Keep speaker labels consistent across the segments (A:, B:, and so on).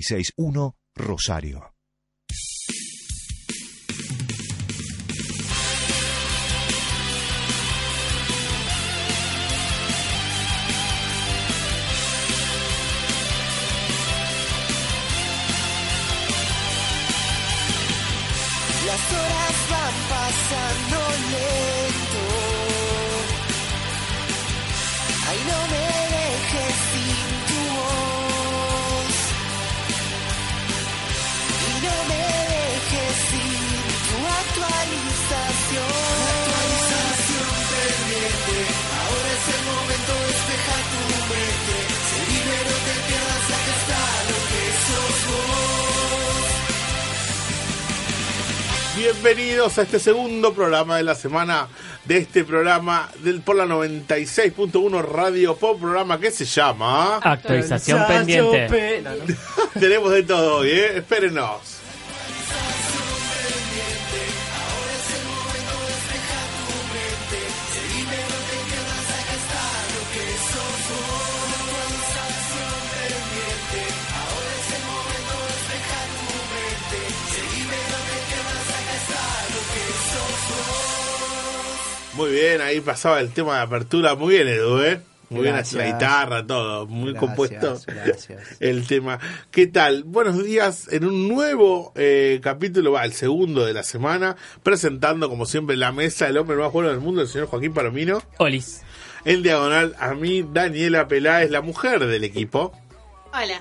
A: 961 Rosario.
B: Las horas van pasando lento. Ay, no me dejes sin tu voz. Y no me dejes sin tu actualización. actualización pendiente. Ahora es el momento de despejar tu mente. Se libero, te pierdas, acá está lo que sos vos.
C: Bienvenidos a este segundo programa de la semana de este programa del por la 96.1 Radio Pop, programa que se llama
D: Actualización pendiente.
C: Tenemos de todo hoy, ¿eh? Espérenos. Muy bien, ahí pasaba el tema de apertura. Muy bien, Edu, ¿eh? Muy
E: Gracias.
C: bien, la guitarra, todo. Muy
E: Gracias,
C: compuesto
E: gracias.
C: el tema. ¿Qué tal? Buenos días en un nuevo eh, capítulo, va, el segundo de la semana, presentando, como siempre, la mesa del hombre más bueno del mundo, el señor Joaquín Palomino.
D: Olis.
C: En diagonal a mí, Daniela Peláez, la mujer del equipo.
F: Hola.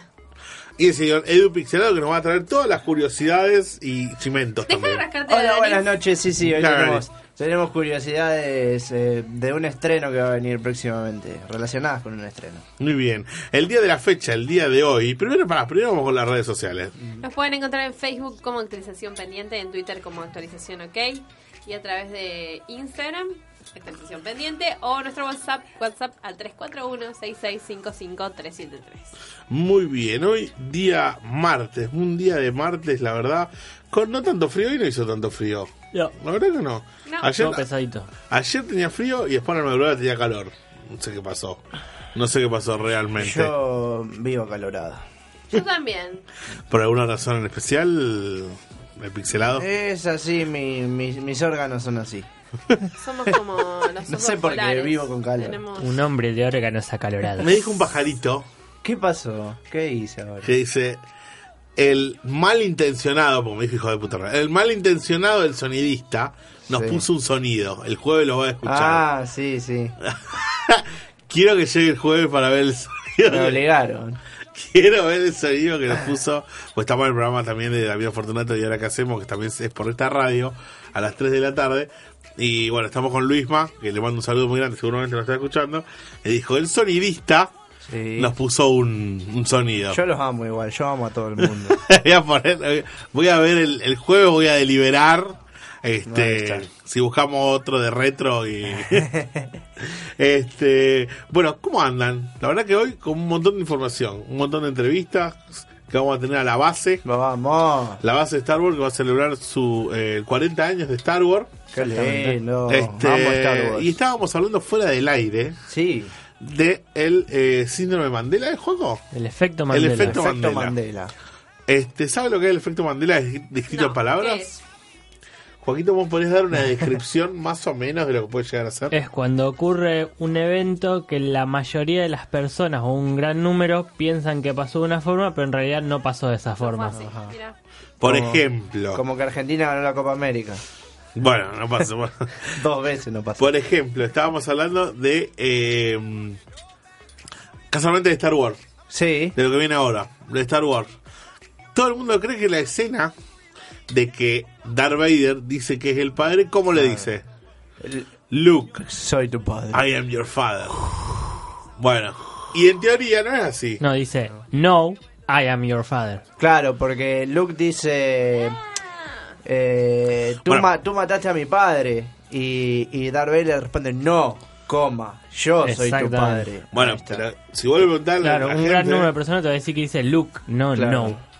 C: Y el señor Edu Pixelado, que nos va a traer todas las curiosidades y chimentos
F: Deja de
C: también.
F: rascarte la
E: Hola,
F: nariz.
E: buenas noches. Sí, sí, hoy
C: Claro,
E: tenemos, tenemos curiosidades eh, de un estreno que va a venir próximamente, relacionadas con un estreno.
C: Muy bien. El día de la fecha, el día de hoy. Primero, para, primero vamos con las redes sociales.
F: Nos pueden encontrar en Facebook como actualización pendiente, en Twitter como actualización ok y a través de Instagram actualización pendiente o nuestro WhatsApp WhatsApp al 341 6655 373.
C: Muy bien, hoy día martes, un día de martes, la verdad, con no tanto frío y no hizo tanto frío.
D: No.
C: La verdad que no.
F: No.
C: ayer,
D: Todo pesadito.
C: ayer tenía frío y después a la madrugada tenía calor. No sé qué pasó. No sé qué pasó realmente.
E: Yo vivo calorado.
F: Yo también.
C: Por alguna razón en especial, el pixelado.
E: Es así, mi- mi- mis órganos son así.
F: Somos como los
E: No sé
F: ojos
E: por qué
F: polares.
E: vivo con calor.
F: Tenemos-
D: Un hombre de órganos acalorados.
C: Me dijo un pajarito
E: ¿Qué pasó? ¿Qué hice ahora?
C: que dice, el malintencionado, porque me dijo hijo de puta, el malintencionado del sonidista nos
E: Sí.
C: puso un sonido. El jueves lo va a escuchar.
E: Ah, sí, sí.
C: Quiero que llegue el jueves para ver el sonido.
E: Me
C: que-
E: obligaron.
C: Quiero ver el sonido que nos puso. Pues estamos en el programa también de David Fortunato y ahora que hacemos, que también es por esta radio, a las 3 de la tarde. Y bueno, estamos con Luisma, que le mando un saludo muy grande, seguramente nos está escuchando. Y dijo, el sonidista
E: Sí.
C: nos puso un, un sonido.
E: Yo los amo igual, yo amo a todo el mundo.
C: voy a poner, voy a ver el, el juego, voy a deliberar. Este,
E: Ahí está.
C: si buscamos otro de retro y este, bueno, ¿cómo andan? La verdad que hoy con un montón de información, un montón de entrevistas que vamos a tener a la base,
E: Vamos.
C: la base de Star Wars que va a celebrar su eh, 40 años de Star Wars.
E: Qué lindo.
C: Este,
E: Amo Star Wars.
C: Y estábamos hablando fuera del aire
E: Sí,
C: de el eh, síndrome Mandela del juego.
D: El efecto Mandela.
C: efecto-
E: efecto
C: Mandela.
E: Mandela.
C: Este, ¿sabe lo que es el efecto Mandela es descrito
F: No,
C: en palabras?
F: ¿qué es?
C: Joaquito, ¿vos podés dar una descripción más o menos de lo que puede llegar a ser?
D: Es cuando ocurre un evento que la mayoría de las personas o un gran número piensan que pasó de una forma, pero en realidad no pasó de esa
F: Fue
D: forma.
F: así, mirá.
C: Por
E: Como-
C: ejemplo.
E: Como que Argentina ganó la Copa América.
C: Bueno, no pasa. bueno.
E: Dos veces no pasó.
C: Por ejemplo, estábamos hablando de. Eh, casualmente de Star Wars,
E: Sí.
C: de lo que viene ahora, de Star Wars. Todo el mundo cree que la escena de que Darth Vader dice que es el padre, ¿cómo le dice?
E: Ah. El-
C: Luke,
E: Soy tu padre.
C: I am your father. Bueno, y en teoría no es así.
D: No, dice, no, I am your father.
E: Claro, porque Luke dice... eh, tú,
C: Bueno.
E: ma- tú mataste a mi padre. Y, y Darth Vader le responde, no, coma, yo soy tu
D: Exactamente.
E: padre.
C: Bueno,
E: Ahí está.
C: pero si vuelvo a preguntarle a
D: Claro,
C: la
D: un gran
C: gente-
D: número de personas te va a decir que dice Luke, no,
E: Claro.
D: no.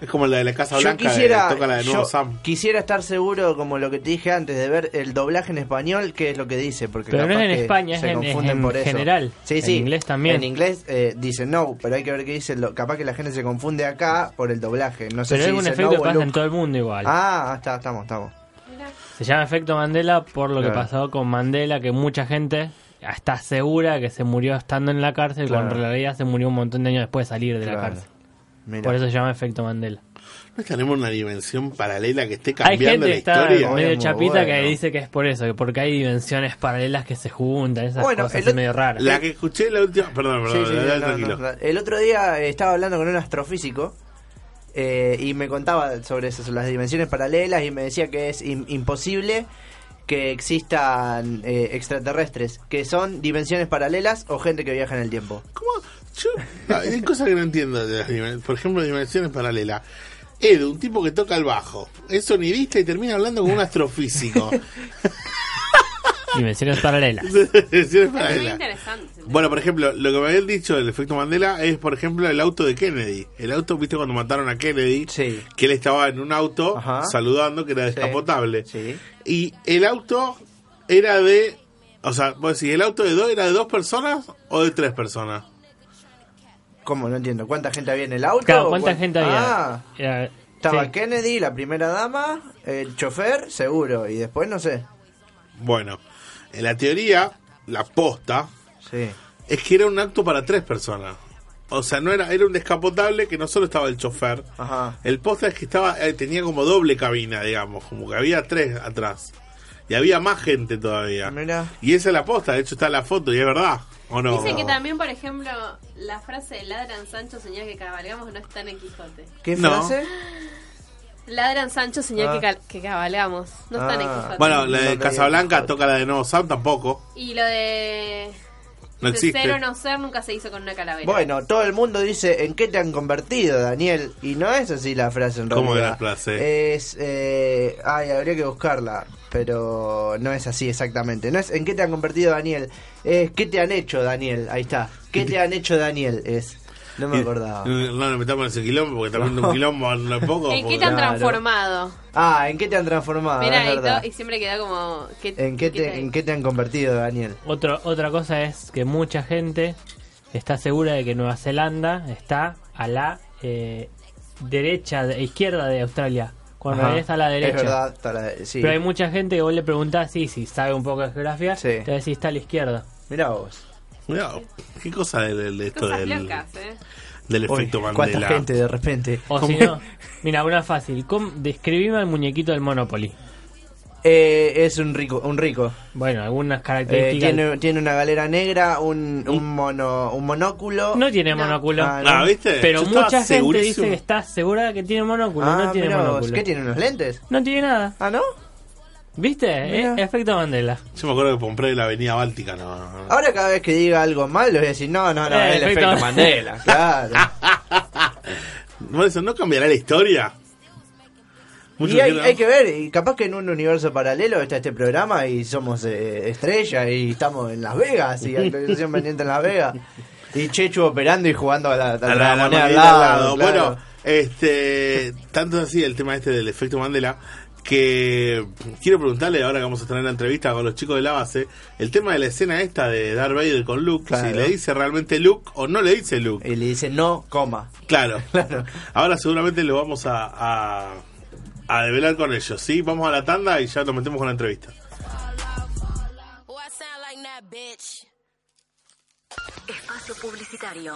C: Es como la de la Casa Blanca,
E: yo
C: de-
E: quisiera,
C: toca la de nuevo
E: yo
C: Sam.
E: quisiera estar seguro, como lo que te dije antes, de ver el doblaje en español, qué es lo que dice. Porque
D: Pero no
E: capaz
D: es en
E: que
D: España, es
E: se
D: en-
E: confunden
D: es en
E: por eso.
D: general.
E: Sí,
D: En
E: sí.
D: inglés también.
E: En inglés eh, dice no, pero hay que ver qué dice. lo- capaz que la gente se confunde acá por el doblaje. No sé
D: Pero
E: si
D: es un
E: dice
D: efecto
E: no
D: que
E: o
D: pasa en
E: look.
D: todo el mundo igual.
E: Ah, está, estamos, estamos.
F: Mirá.
D: Se llama efecto Mandela por lo que
E: Claro.
D: pasó con Mandela, que mucha gente está segura que se murió estando en la cárcel, cuando en
E: Claro.
D: realidad se murió un montón de años después de salir de la
E: Claro.
D: cárcel.
E: Mira.
D: Por eso se llama efecto Mandela.
C: No tenemos una dimensión paralela que esté
D: Hay gente
C: cambiando
D: que
C: la
D: está
C: historia.
E: Oye,
D: medio
E: muy
D: chapita que
E: bueno.
D: dice que es por eso, que porque hay dimensiones paralelas que se juntan, esas
E: Bueno,
D: cosas
E: el
D: así
E: otro-
D: medio raras.
C: La que escuché la última. Perdón,
E: Sí,
C: perdón,
E: sí,
C: dale,
E: no,
C: tranquilo.
E: no, no. El otro día eh, estaba hablando con un astrofísico eh, y me contaba sobre eso, sobre las dimensiones paralelas y me decía que es im- imposible que existan eh, extraterrestres, que son dimensiones paralelas o gente que viaja en el tiempo.
C: ¿Cómo? Yo, no, Ah, hay cosas que no entiendo. de las dimen- por ejemplo, dimensiones paralelas. Edu, un tipo que toca el bajo, es sonidista y termina hablando con un astrofísico.
D: Dimensiones paralelas.
C: Dimensiones
F: Es muy
C: paralelas.
F: interesante.
C: Bueno, por ejemplo, lo que me habían dicho del efecto Mandela es, por ejemplo, el auto de Kennedy. El auto, viste, cuando mataron a Kennedy,
E: Sí.
C: que él estaba en un auto
E: Ajá.
C: saludando que era descapotable.
E: Sí.
C: Y el auto era de. O sea, vos decís, ¿el auto de dos era de dos personas o de tres personas?
E: ¿Cómo? No entiendo. ¿Cuánta gente había en el auto?
D: Claro,
E: ¿O
D: ¿cuánta
E: cuán-
D: gente había?
E: Ah,
D: Era-
E: estaba
D: sí.
E: Kennedy, la primera dama, el chofer, seguro, y después no sé.
C: Bueno, en la teoría, la posta,
E: Sí.
C: es que era un auto para tres personas. O sea, no era, era un descapotable que no solo estaba el chofer.
E: Ajá.
C: El posta es que estaba, eh, tenía como doble cabina, digamos, como que había tres atrás. Y había más gente todavía.
E: Mirá.
C: Y esa es la posta, de hecho está la foto y es verdad, ¿o no?
F: Dicen que también, por ejemplo, la frase de ladran Sancho, señal que cabalgamos, no está en el Quijote.
E: ¿Qué
C: No.
E: frase?
F: Ladran Sancho, señal
E: Ah.
F: que, cal- que cabalgamos, no está en el
E: Ah.
F: Quijote.
C: Bueno, la de
E: No
C: Casablanca
E: tenía-
C: toca la de Nuevo Eh, Sam tampoco.
F: Y lo de...
C: No
F: de
C: existe.
F: ser o no ser nunca se hizo con una calavera.
E: Bueno, todo el mundo dice ¿en qué te han convertido, Daniel? Y no es así la frase en realidad.
C: ¿Cómo era la frase?
E: Es, eh, ay, habría que buscarla, pero no es así exactamente. No es ¿en qué te han convertido, Daniel? Es ¿qué te han hecho, Daniel? Ahí está. ¿Qué te han hecho, Daniel? Es. No me
C: Y-
E: acordaba.
C: No nos metamos en ese quilombo porque está viendo un quilombo no poco.
F: ¿En qué
C: porque-
F: te han
E: Claro.
F: transformado?
E: Ah, ¿en qué te han transformado?
F: Mirá,
E: es
F: y,
E: verdad.
F: to- y siempre queda como... ¿qué-
E: ¿En qué te, en qué te han convertido, Daniel?
D: Otro, otra cosa es que mucha gente está segura de que Nueva Zelanda está a la eh, derecha, de- izquierda de Australia. Cuando
E: Ajá.
D: está a la derecha.
E: Es verdad, está a la- sí.
D: Pero hay mucha gente que vos le preguntás, sí, si sabe un poco de geografía,
E: Sí.
D: te decís está a la izquierda.
E: Mirá vos.
C: Mirá, qué cosa de, de- de esto
F: Ah. Cosas
C: del,
F: locas, ¿eh?
C: del
E: Uy,
C: efecto
E: ¿Cuánta
C: Mandela.
E: gente de repente?
D: O si no, mira, una fácil. ¿Cómo- Describime al muñequito del Monopoly.
E: Eh, es un rico, un rico.
D: Bueno, algunas
E: Eh,
D: características.
E: tiene, tiene una galera negra, un, un mono, un monóculo.
D: No tiene monóculo.
E: Ah,
C: Ah, ¿viste?
D: Pero
C: Yo estaba
D: mucha gente
C: segurísimo.
D: dice que está segura que tiene monóculo.
E: Ah,
D: no tiene
E: mirá vos.
D: monóculo.
E: ¿Qué tiene unos lentes?
D: No tiene nada.
E: Ah, ¿no?
D: ¿Viste?
E: Mirá.
D: Eh, Efecto Mandela.
C: Yo me acuerdo que compré la Avenida Báltica. No,
E: Ahora cada vez que diga algo mal, le voy a decir, no, no, no,
D: Eh,
E: es Ah, el
D: efecto
E: efecto Mandela, claro.
C: Por eso, ¿no cambiará la historia? Mucho
E: y hay,
C: que-
E: hay que ver, y capaz que en un universo paralelo está este programa y somos eh, estrellas y estamos en Las Vegas y actualización pendiente en Las Vegas. Y Chechu operando y jugando a la, a
C: a
E: la
C: la- la
E: moneda al
C: moneda al
E: lado,
C: lado.
E: claro.
C: Bueno, este, tanto es así el tema este del efecto Mandela que quiero preguntarle ahora que vamos a tener la entrevista con los chicos de la base, el tema de la escena esta de Darth Vader con Luke,
E: Claro.
C: si le dice realmente Luke o no le dice Luke.
E: Y le dice no, coma.
C: Claro. Ahora seguramente lo vamos a, a, a develar con ellos, ¿sí? Vamos a la tanda y ya nos metemos con la entrevista.
A: Espacio publicitario.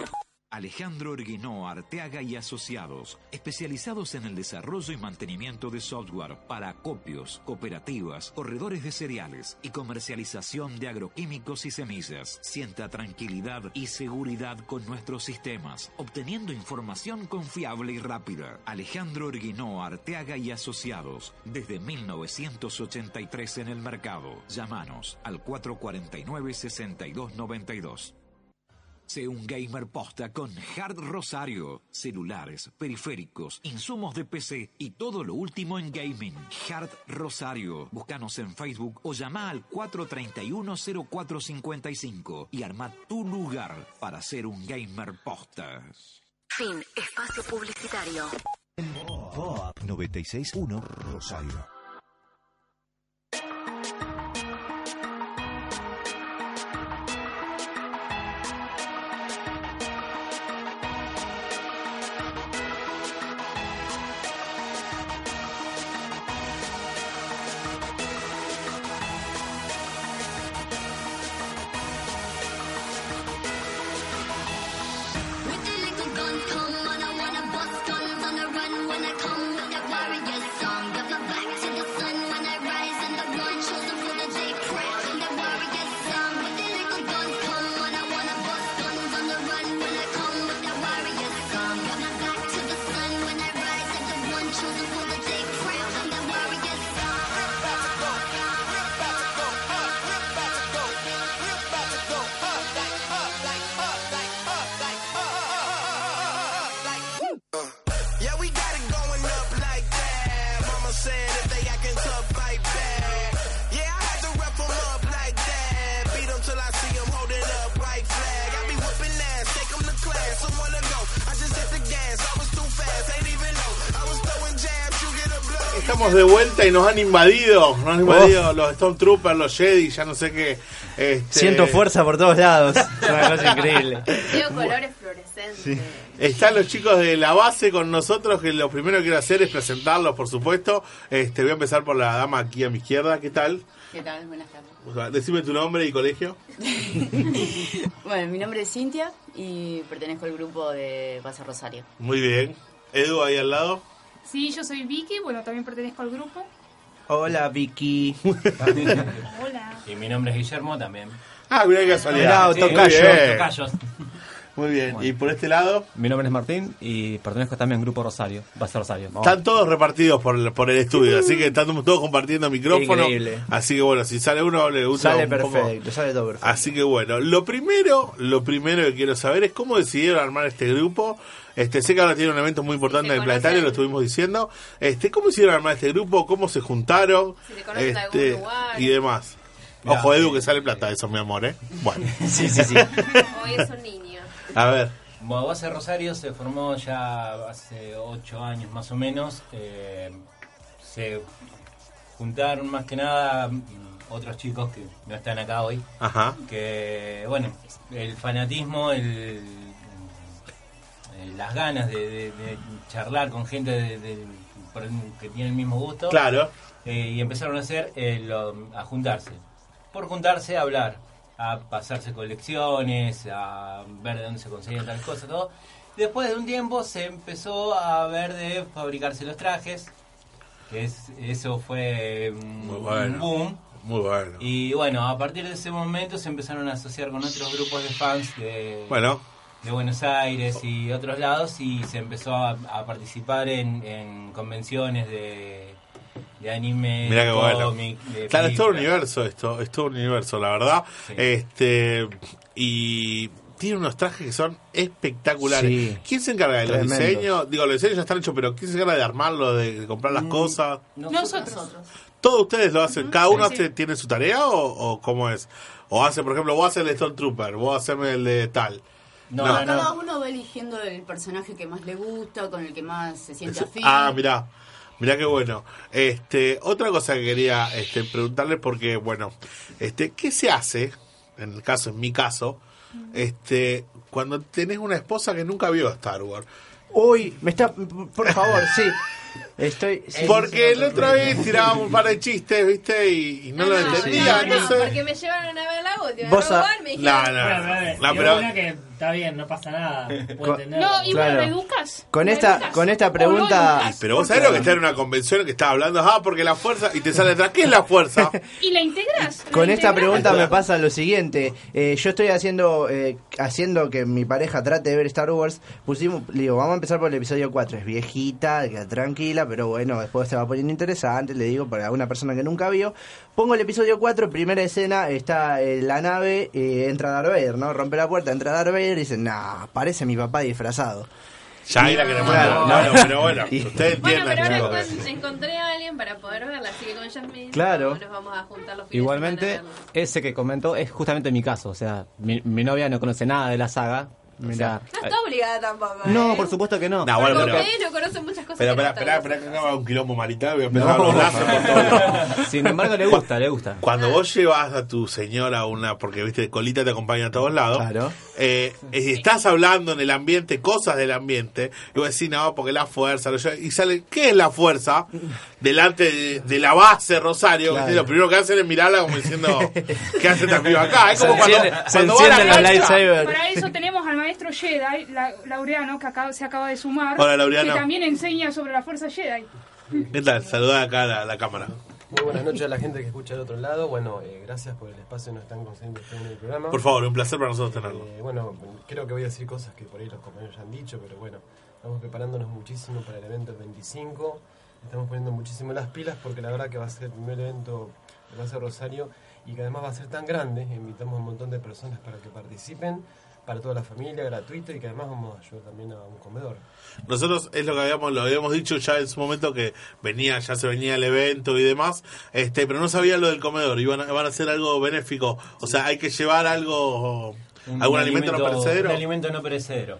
G: Alejandro Orguinó Arteaga y Asociados, especializados en el desarrollo y mantenimiento de software para acopios, cooperativas, corredores de cereales y comercialización de agroquímicos y semillas. Sienta tranquilidad y seguridad con nuestros sistemas, obteniendo información confiable y rápida. Alejandro Orguinó Arteaga y Asociados, desde 1983 en el mercado. Llámanos al 449-6292. Sé un gamer posta con Hard Rosario. Celulares, periféricos, insumos de PC y todo lo último en gaming. Hard Rosario. Búscanos en Facebook o llama al 431-0455 y arma tu lugar para ser un gamer posta.
A: Fin. Espacio publicitario.
H: Pop 961 Rosario.
I: With the little guns come on, I wanna bust guns on the run when I come with that warrior song. Got my back to the sun when I rise and the one chosen for the day proud in that warrior song. With the little guns come on, I wanna bust guns on the run when I come with that warrior song. Got my back to the sun when I rise and the one chosen for the day proud in that warrior song.
B: Yeah, we got it going up like that. Mama said if they acting tough like that. Yeah, I had to rough 'em up like that. Beat 'em till I see 'em holding up white flag. I be whooping ass, take 'em to class. I wanna go. I just hit the gas. I was too fast, ain't even know. I was throwing jabs, you get a blow.
C: Estamos de vuelta y nos han invadido. Nos han invadido
E: Oh.
C: los Stormtroopers, los Jedi, ya no sé qué. este,
E: Siento fuerza por todos lados. Es una cosa increíble.
F: Veo colores fluorescentes.
C: Están los chicos de la base con nosotros, que lo primero que quiero hacer es presentarlos, por supuesto. Este, voy a empezar por la dama aquí a mi izquierda, ¿qué tal?
J: ¿Qué tal? Buenas tardes.
C: O sea, decime tu nombre y colegio.
J: Bueno, mi nombre es Cintia y pertenezco al grupo de Pasa Rosario.
C: Muy bien. Edu ahí al lado.
K: Sí, yo soy Vicky, bueno, también pertenezco al grupo.
E: Hola, Vicky.
K: Hola.
L: Y mi nombre es Guillermo también.
C: Ah, mirá qué casualidad.
E: Mirá,
C: Sí,
E: tocayo.
C: Muy bien.
L: Tocayos.
C: Muy bien. Y por este lado,
M: Mi nombre es Martín y pertenezco también al grupo Rosario, Base Rosario.
C: están todos repartidos por el, por el estudio, así que estamos todos compartiendo micrófono.
E: Increíble.
C: Así que bueno, si sale uno, le gusta
E: Sale
C: un poco.
E: perfecto, sale todo perfecto.
C: Así que bueno, lo primero, lo primero que quiero saber es cómo decidieron armar este grupo. Este, sé que ahora tiene un evento muy importante
F: ¿Se
C: en el planetario,
F: conocen?
C: lo estuvimos diciendo. Este, ¿cómo hicieron armar este grupo? ¿Cómo se juntaron?
F: Si te conocen de algún
C: Este,
F: lugar.
C: y demás.
M: Mirá,
C: Ojo, Edu,
M: eh,
C: que sale plata de eso, mi amor, ¿eh? Bueno,
M: Sí, sí, sí.
F: Hoy es un niño.
C: a ver.
L: Bueno, Base Rosario se formó ya hace ocho años más o menos. Eh, se juntaron más que nada mm, otros chicos que no están acá hoy.
C: Ajá.
L: que bueno el fanatismo el, el- las ganas de, de- de charlar con gente de- de- por el- que tiene el mismo gusto
C: Claro.
L: eh, y empezaron a hacer eh, lo- a juntarse por juntarse a hablar a pasarse colecciones a ver de dónde se conseguía tal cosa todo después de un tiempo se empezó a ver de fabricarse los trajes que es, eso fue un-
C: Muy bueno.
L: un boom
C: Muy bueno.
L: y bueno, a partir de ese momento se empezaron a asociar con otros grupos de fans de,
C: Bueno,
L: de Buenos Aires y otros lados y se empezó a, a participar en, en convenciones de, de anime,
C: Mirá
L: de
C: qué bueno.
L: cómic, de
C: Claro, es todo un
L: películas.
C: universo esto, es todo un universo, la verdad.
L: Sí.
C: Este y tiene unos trajes que son espectaculares.
E: Sí.
C: ¿Quién se encarga de los
E: Tremendos.
C: diseños? Digo, los diseños ya están hechos, pero ¿quién se encarga de armarlo, de, de comprar
L: Mm.
C: las cosas?
K: Nosotros.
C: Todos ustedes lo hacen, cada uno
K: sí,
C: hace- tiene su tarea o, o cómo es? O hace, por ejemplo, vos haces el de Stormtrooper, vos haceme el de tal.
L: No,
C: No.
L: no, no.
J: Cada uno va eligiendo el personaje que más le gusta, con el que más se siente
C: Eso-
J: afín.
C: Ah, mirá. Mirá qué bueno. Este, otra cosa que quería este, preguntarle porque, bueno, este, ¿qué se hace, en el caso, en mi caso, este, cuando tenés una esposa que nunca vio Star Wars?
E: Uy, me está. Por favor, sí. Estoy. sí.
C: Porque la otra vez tirábamos un par de chistes, ¿viste? Y, y Ah, no, lo entendía, no, sé.
F: Ah, porque me llevaron a ver la última.
E: Vos
F: no,
E: a-
F: igual me dijeron,
C: No, no,
D: Bueno, a
C: Ah, no,
D: ver,
C: no,
D: y
C: pero-
D: una que está bien, no pasa nada. Puedo entenderlo.
K: No, y
E: Claro.
K: bueno, me educas.
E: Con
K: me
E: esta-
K: educas.
E: con esta
K: O no
E: pregunta-
K: educas.
C: Pero vos sabés lo que está en una convención que estás hablando, ah, porque la fuerza, y te sale atrás, ¿qué es la fuerza?
K: Y la integras.
E: Con esta pregunta
C: Claro.
E: me pasa lo siguiente. Eh, yo estoy haciendo eh, haciendo que mi pareja trate de ver Star Wars. Pusimos, le digo, vamos a empezar por el episodio 4. Es viejita, queda tranquila, pero bueno, después se va poniendo interesante. Le digo, para una persona que nunca vio. Pongo el episodio 4, primera escena, está eh, la nave, eh, entra Darth Vader, ¿no? Rompe la puerta, entra Darth Vader y dice, nah, parece mi papá disfrazado.
C: Ya ahí la queremos. Claro, pero bueno,
E: Y-
C: ustedes
F: Bueno,
C: entienden.
F: pero ahora
C: chicos.
F: encon- encontré a alguien para poder verla, así que con Jasmine
E: Claro.
F: nos vamos a juntar los fines de
M: Igualmente,
F: semana a verla.
M: ese que comentó es justamente mi caso. O sea, mi, mi novia no conoce nada de la saga. O sea,
F: No está obligada tampoco.
M: no,
F: ¿eh?
M: por supuesto que no.
C: No, bueno,
F: Con
C: pero-
F: Pedro, con conocen muchas cosas.
C: Pero
F: que no
C: espera, espera,
F: están
C: espera que acaba un quilombo marital, voy a empezar
M: No.
C: a abrazar por todos lados.
M: Sin embargo, le gusta, le gusta.
C: Cuando vos llevas a tu señora a una, porque viste, Colita te acompaña a todos lados, eh, y estás hablando en el ambiente, cosas del ambiente, y vos decís, no, porque la fuerza, lo lleva- y sale, ¿qué es la fuerza? Delante de, de la base, Rosario, que
E: Claro.
C: sí, lo primero que hacen es mirarla como diciendo, ¿qué hace esta piba acá? Es
E: Se
C: como cuando,
E: enciende- se
C: cuando va a la
E: encienden los
C: cancha.
E: lightsabers.
K: Para eso tenemos al maestro Jedi, la- Laureano, que acaba- se acaba de sumar.
C: Hola, Laureano.
K: Que también enseña sobre la fuerza Jedi.
C: ¿Qué tal? Saludá acá a la, a la cámara.
N: Muy buenas noches a la gente que escucha del otro lado. Bueno, eh, gracias por el espacio que nos están concediendo ustedes en el programa.
C: Por favor, un placer para nosotros tenerlo.
N: Eh, bueno, creo que voy a decir cosas que por ahí los compañeros ya han dicho, pero bueno, estamos preparándonos muchísimo para el evento del 25. Estamos poniendo muchísimo las pilas porque la verdad que va a ser el primer evento que va a ser Rosario y que además va a ser tan grande. Invitamos a un montón de personas para que participen, para toda la familia, gratuito y que además vamos a ayudar también a un comedor.
C: Nosotros es lo que habíamos, lo habíamos dicho ya en su momento que venía, ya se venía el evento y demás, este, pero no sabía lo del comedor, iban a, van a hacer algo benéfico, o sea, hay que llevar algo, algún alimento, no perecedero.
L: Un alimento no perecedero.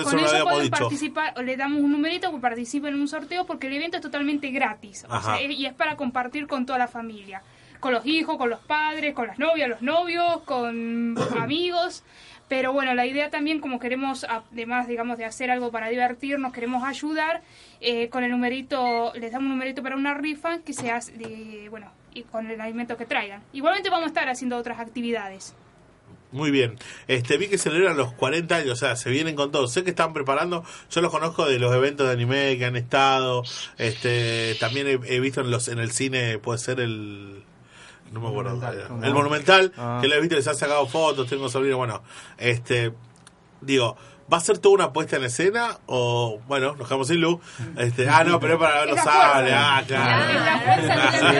K: sí,
C: eso
K: con
C: no lo
K: eso
C: habíamos
K: pueden
C: dicho.
K: participar, o le damos un numerito que participen en un sorteo porque el evento es totalmente gratis. O
C: Ajá.
K: sea, es- y es para compartir con toda la familia. Con los hijos, con los padres, con las novias, los novios, con amigos. Pero bueno, la idea también, como queremos, además, digamos, de hacer algo para divertirnos, queremos ayudar, eh, con el numerito, les damos un numerito para una rifa que se hace, de, bueno, y con el alimento que traigan. Igualmente vamos a estar haciendo otras actividades.
C: Muy bien. Este, vi que celebran los 40 años, o sea, se vienen con todo. Sé que están preparando, yo los conozco de los eventos de anime que han estado, este, también he, he visto en los en el cine, puede ser el no me acuerdo,
E: Monumental.
C: el Monumental,
E: Ah.
C: que lo he visto, les han sacado fotos, tengo sobrino, bueno, este digo, ¿va a ser toda una puesta en escena o bueno, nos quedamos sin luz? Este, ah, no, pero es para ver los
E: Es la fuerza.
C: sables, ah,
E: Claro, es la
C: claro.
E: fuerza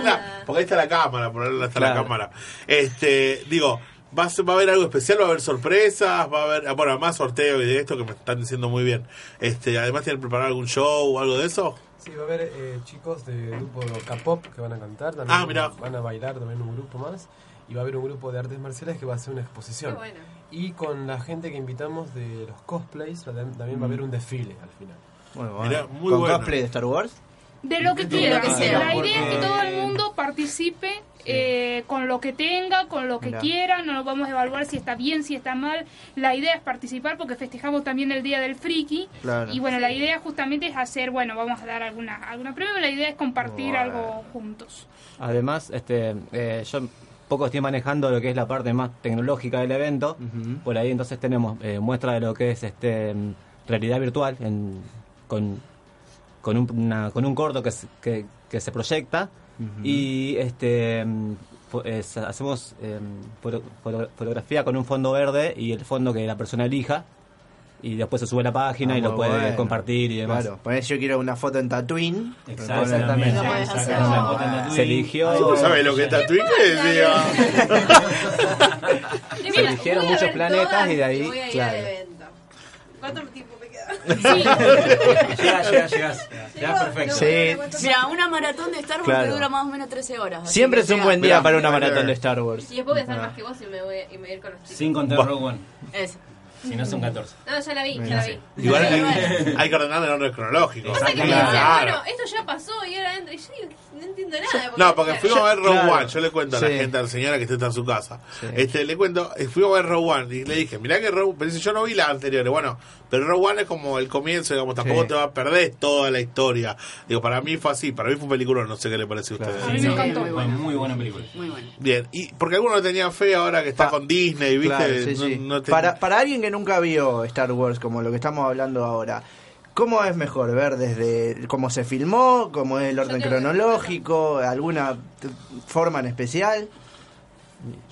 E: de la
C: Porque ahí está la cámara, por ahí está la cámara. Este, digo, ¿va a, ser- va a haber algo especial? ¿Va a haber sorpresas? ¿Va a haber, ah, bueno, más sorteo y de esto que me están diciendo muy bien? Este, además tienen preparado algún show o algo de eso.
N: Sí, va a haber eh, chicos de grupo K-pop que van a cantar, también
C: Ah, mirá.
N: van a bailar también un grupo más y va a haber un grupo de artes marciales que va a hacer una exposición.
F: Qué bueno.
N: Y con la gente que invitamos de los cosplays va a- también
C: Mm.
N: va a haber un desfile al final.
E: Bueno,
N: Mirá,
E: bueno.
N: muy
E: ¿Con
N: bueno.
E: cosplay de Star Wars?
K: De lo que
E: De lo
K: quiera.
E: que sea,
K: La idea es que
E: porque-
K: todo el mundo participe eh, con lo que tenga, con lo que
E: Mirá.
K: quiera. No lo vamos a evaluar si está bien, si está mal. La idea es participar porque festejamos también el Día del Friki.
E: Claro.
K: Y bueno, la idea justamente es hacer, bueno, vamos a dar alguna, alguna prueba. La idea es compartir algo juntos.
M: Además, este, eh, yo poco estoy manejando lo que es la parte más tecnológica del evento. Por ahí entonces tenemos eh, muestra de lo que es este mm, realidad virtual en- con, con, un, una- con un corto que, se- que, que se proyecta. Y este mm, fo- es- hacemos em, foto- foto- fotografía con un fondo verde y el fondo que la persona elija. Y después se sube a la página
E: Ah,
M: y lo
E: muy
M: puede
E: bueno.
M: compartir y demás.
E: Claro, ponés yo quiero una foto en Tatooine.
M: Exactamente. Vamos a hacer una foto en Tatooine. Se eligió-
E: Ay,
M: ¿Tú sabes
C: lo que es Tatooine?
M: Se eligieron muchos planetas y de ahí.
F: Voy a ir
M: claro.
F: al evento. ¿Cuánto tiempo me queda?
L: Llegás, llegás, llegás. Llegás perfecto.
J: Mira, una maratón de Star Wars
E: Claro.
J: que dura más o menos 13 horas. así
E: Siempre
J: que
E: es un
J: llega.
E: buen día
M: Mirá,
E: para una
M: mirá,
E: maratón
M: mirá.
E: de Star Wars.
F: Y después voy a hacer más que vos y me voy a, y me voy a ir con los chicos.
L: Sin contar
C: Bah.
L: Rogue One.
J: Eso.
L: Si no son 14.
F: No, ya la vi, ya la vi.
C: Igual hay, hay que ordenar el orden cronológico.
F: Pasa que me
C: Claro.
F: dicen, bueno, esto ya pasó y ahora entro. Y yo digo, no entiendo nada.
C: No, porque fuimos a ver Rogue
E: Claro.
C: One. Yo le cuento a
E: Sí.
C: la gente, a la señora que está en su casa. Este, le cuento, eh, fuimos a ver Rogue One y le dije, mirá que Rogue pero dice, yo no vi las anteriores. Bueno, pero Rogue One es como el comienzo, digamos, tampoco
E: Sí.
C: te va a perder toda la historia. Digo, para mí fue así, para mí fue un película, no sé qué le parece a ustedes.
L: Sí, no, Muy buena, muy buena película.
J: Muy buena.
C: Bien, y porque alguno lo tenía fe ahora que está con Disney, ¿viste?
E: Claro, sí,
C: No-
E: sí.
C: no te-
E: para, para alguien que nunca vio Star Wars, como lo que estamos hablando ahora, ¿cómo es mejor ver desde cómo se filmó, cómo es el orden cronológico, alguna t- forma en especial?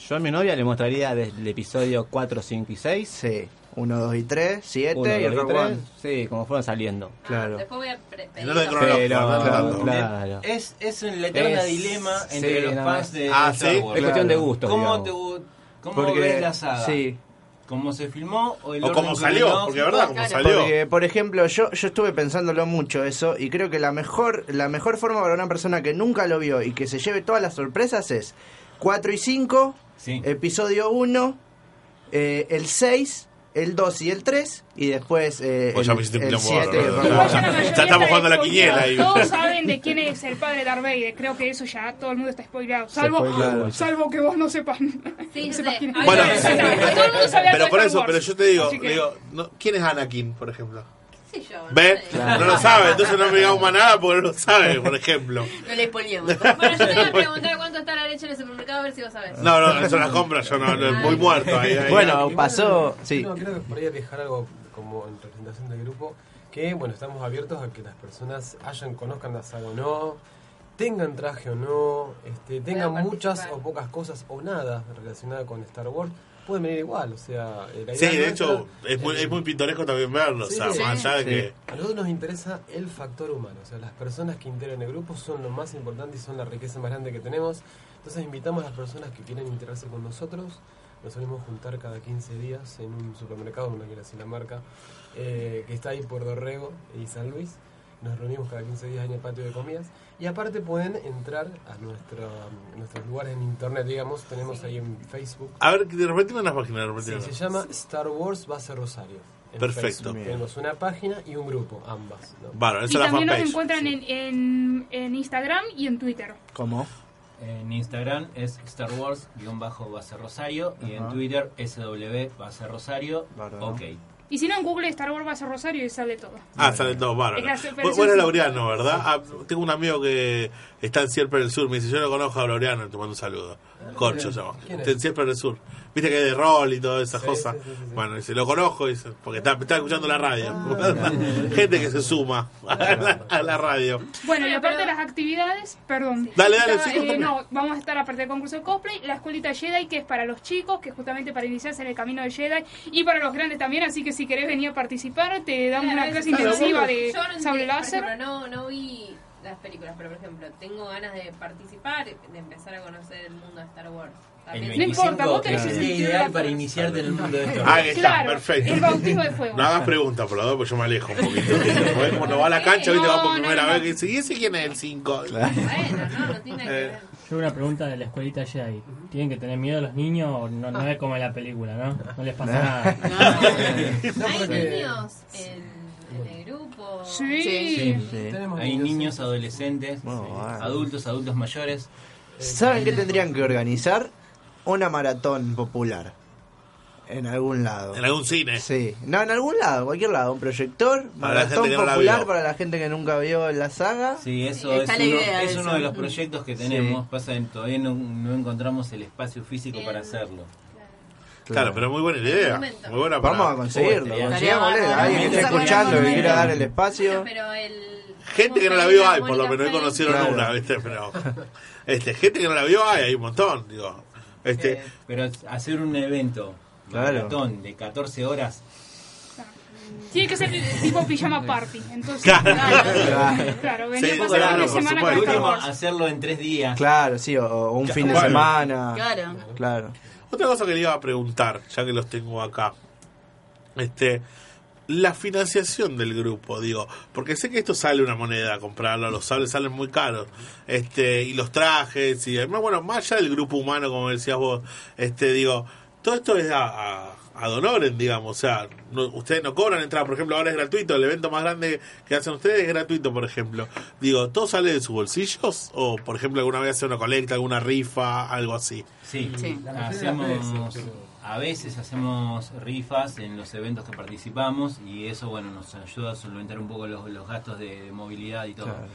M: Yo a mi novia le mostraría desde el episodio 4, 5 y 6.
E: Sí, 1, 2 y 3, 7
M: Uno,
E: y
M: dos y
E: Rogue
M: tres.
E: One.
M: Sí, como fueron saliendo.
E: Claro.
F: Después voy a pre- pedir.
M: orden cronológico, claro. Claro.
L: Es, es un eterno
M: Es-
L: dilema
M: sí,
L: entre los
M: nada
L: fans
M: más.
L: de
M: Ah,
L: Star
M: sí,
L: Wars.
M: es cuestión de gustos,
L: ¿Cómo,
M: digamos.
L: te, gu- cómo
M: Porque-
L: ves la saga?
E: sí.
L: ¿Cómo se filmó? ¿O, el
E: O
L: orden
E: cómo salió,
L: cronológico?
E: porque es verdad, cómo Porque, por ejemplo, yo, yo estuve pensándolo mucho eso y creo que la mejor, la mejor forma para una persona que nunca lo vio y que se lleve todas las sorpresas es 4 y 5, episodio 1, eh, el 6 el 2 y el 3, y después eh,
C: Vos
E: el,
C: ya me hiciste un
E: el
C: quilombo,
E: 7.
C: boludo. Igual ya la mayoría Ya estamos jugando a la quiniela ahí.
K: Todos saben de quién es el padre de Darth Vader. Creo que eso ya todo el mundo está spoileado. Salvo,
C: spoileó.
K: salvo que vos no sepas.
F: Sí,
K: no sepas quién es.
C: Bueno,
K: Ya está, todo el mundo sabía
C: pero
K: de
C: por
K: Star
C: eso,
K: Wars.
C: pero yo te digo,
K: Así que-
C: le digo no, ¿quién es Anakin, por ejemplo?
J: Sí, yo.
C: ¿Ves?
J: Claro.
C: No lo sabe, entonces no me digamos más nada porque no lo sabe, por ejemplo.
J: No le spoileamos.
F: Bueno, yo te voy a preguntar cuánto está la leche en el supermercado a ver si vos sabés.
C: No, no, eso las compras, yo no, no, muy muerto ahí. ahí.
N: Igual, No, creo que por ahí dejar algo como en representación del grupo, que bueno, estamos abiertos a que las personas hayan, conozcan la saga o no, tengan traje o no, este, tengan
O: Puedan
N: muchas o pocas cosas o nada relacionada con Star Wars, pueden venir igual, o sea... eh, la
C: Sí,
N: idea
C: de hecho,
N: nuestra-
C: es muy, es muy pintoresco también verlo,
N: Sí,
C: o sea, más allá de
N: sí.
C: que...
N: A nosotros nos interesa el factor humano, o sea, las personas que integran el grupo son lo más importante y son la riqueza más grande que tenemos. Entonces invitamos a las personas que quieren integrarse con nosotros. Nos solemos juntar cada 15 días en un supermercado, no quiero decir la marca, eh, que está ahí por Dorrego y San Luis. Nos reunimos cada 15 días en el patio de comidas. Y aparte pueden entrar a, nuestro, a nuestros lugares en internet, digamos. Tenemos ahí en Facebook
C: A ver, de repente me las páginas, de repente
N: Sí, se llama Star Wars Base Rosario. en
C: Perfecto.
N: Facebook.
C: Bien.
N: Tenemos una página y un grupo, ambas. ¿no?
C: Bueno,
K: Y también nos encuentran en, en, en Instagram y en Twitter.
L: ¿Cómo? En Instagram es Star Wars-Base Rosario y en
O: Ajá.
L: Twitter SW Base Rosario. Ok.
K: Y si no, en Google Star Wars Base Rosario y sale todo.
C: Ah, salen todos bárbaros.
K: En la super-
C: Vos vos eres laureano, ¿verdad? Ah, tengo un amigo que está en Sierper del Sur. Me dice, yo lo conozco a laureano. Te mando un saludo. Corcho se llama.
O: ¿Quién es?
C: Está en Sierper del Sur. Viste que hay de rol y todas esas cosas. Bueno, dice, lo conozco, dice, porque está, está escuchando la radio.
N: Ah.
C: Gente que se suma a la, a la radio.
K: Bueno, y aparte de las actividades, perdón.
C: Dale, dale,
K: Estaba, eh,
C: sí, contame.
K: No, vamos a estar aparte del concurso de cosplay, la escuelita Jedi, que es para los chicos, que es justamente para iniciarse en el camino de Jedi, y para los grandes también, así que si querés venir a participar, te damos una clase intensiva de
F: Yo no entiendo,
K: sable
F: por
K: láser.
F: ejemplo, no, no vi las películas, pero por ejemplo, tengo ganas de participar, de empezar a conocer el mundo de Star Wars.
L: El
F: También.
L: 25
K: tenés
L: es
K: el
L: el día
K: sentido de
L: ideal
K: la-
L: para iniciarte en el mundo de esto.
C: Ahí Ah, está,
K: Claro,
C: perfecto.
K: el bautismo de fuego.
C: No hagas preguntas por la dos, porque yo me alejo un poquito. Porque Cuando va a la cancha, viste, va por
K: No, no,
C: primera
K: no.
C: vez. que dice, ¿y ese quién es el 5? Eh,
D: Yo una pregunta de la escuelita Jedi. ¿Tienen que tener miedo los niños o no, no es como en la película, no? No les pasa
C: No.
D: nada.
F: Hay niños en, en el grupo.
K: Sí.
L: Hay niños, adolescentes, adultos, adultos mayores. Eh,
E: ¿Saben qué tendrían que organizar? Una maratón popular. En algún lado.
C: En algún cine.
E: Sí. No, en algún lado, cualquier lado. Un proyector,
L: Para la
E: maratón
L: gente que no la
E: popular
L: vio.
E: para la gente que nunca vio la saga.
L: Sí, eso es, uno, es uno de los proyectos que tenemos. Pasa que todavía no, no encontramos el espacio físico para hacerlo.
C: Claro, pero muy buena idea. Muy buena
E: Vamos a conseguirlo, consigámosle a alguien que esté escuchando y quiera dar el espacio.
F: eh,
C: Gente que no la vio hay, por lo menos no conocieron una, ¿viste? Pero, este, gente que no la vio hay, hay un montón, digo. Este,
L: Eh, Pero hacer un evento, maratón, de 14 horas.
K: Tiene que ser tipo pijama party. Entonces,
L: Claro.
K: claro, claro, venir a pasar una semana con Star
L: Último,
K: Wars.
L: hacerlo en tres días.
E: Claro, sí, o, o un fin de
C: Bueno.
E: semana.
K: Claro.
E: Claro.
C: Otra cosa que le iba a preguntar, ya que los tengo acá. Este, la financiación del grupo, digo, porque sé que esto sale una moneda comprarlo, los sables salen muy caros. Este, y los trajes y además, bueno, más allá del grupo humano como decías vos, este digo, todo esto es a, a ad honorem, digamos, o sea, no- ustedes no cobran entrada, por ejemplo, ahora es gratuito, el evento más grande que hacen ustedes es gratuito, por ejemplo. Digo, ¿todo sale de sus bolsillos? ¿O, por ejemplo, alguna vez hace una colecta, alguna rifa, algo así?
L: Sí,
J: Sí. La mayoría de las
L: hacemos,
J: veces,
L: a veces hacemos rifas en los eventos que participamos y eso bueno nos ayuda a solventar un poco los, los gastos de, de movilidad y todo.
O: Claro.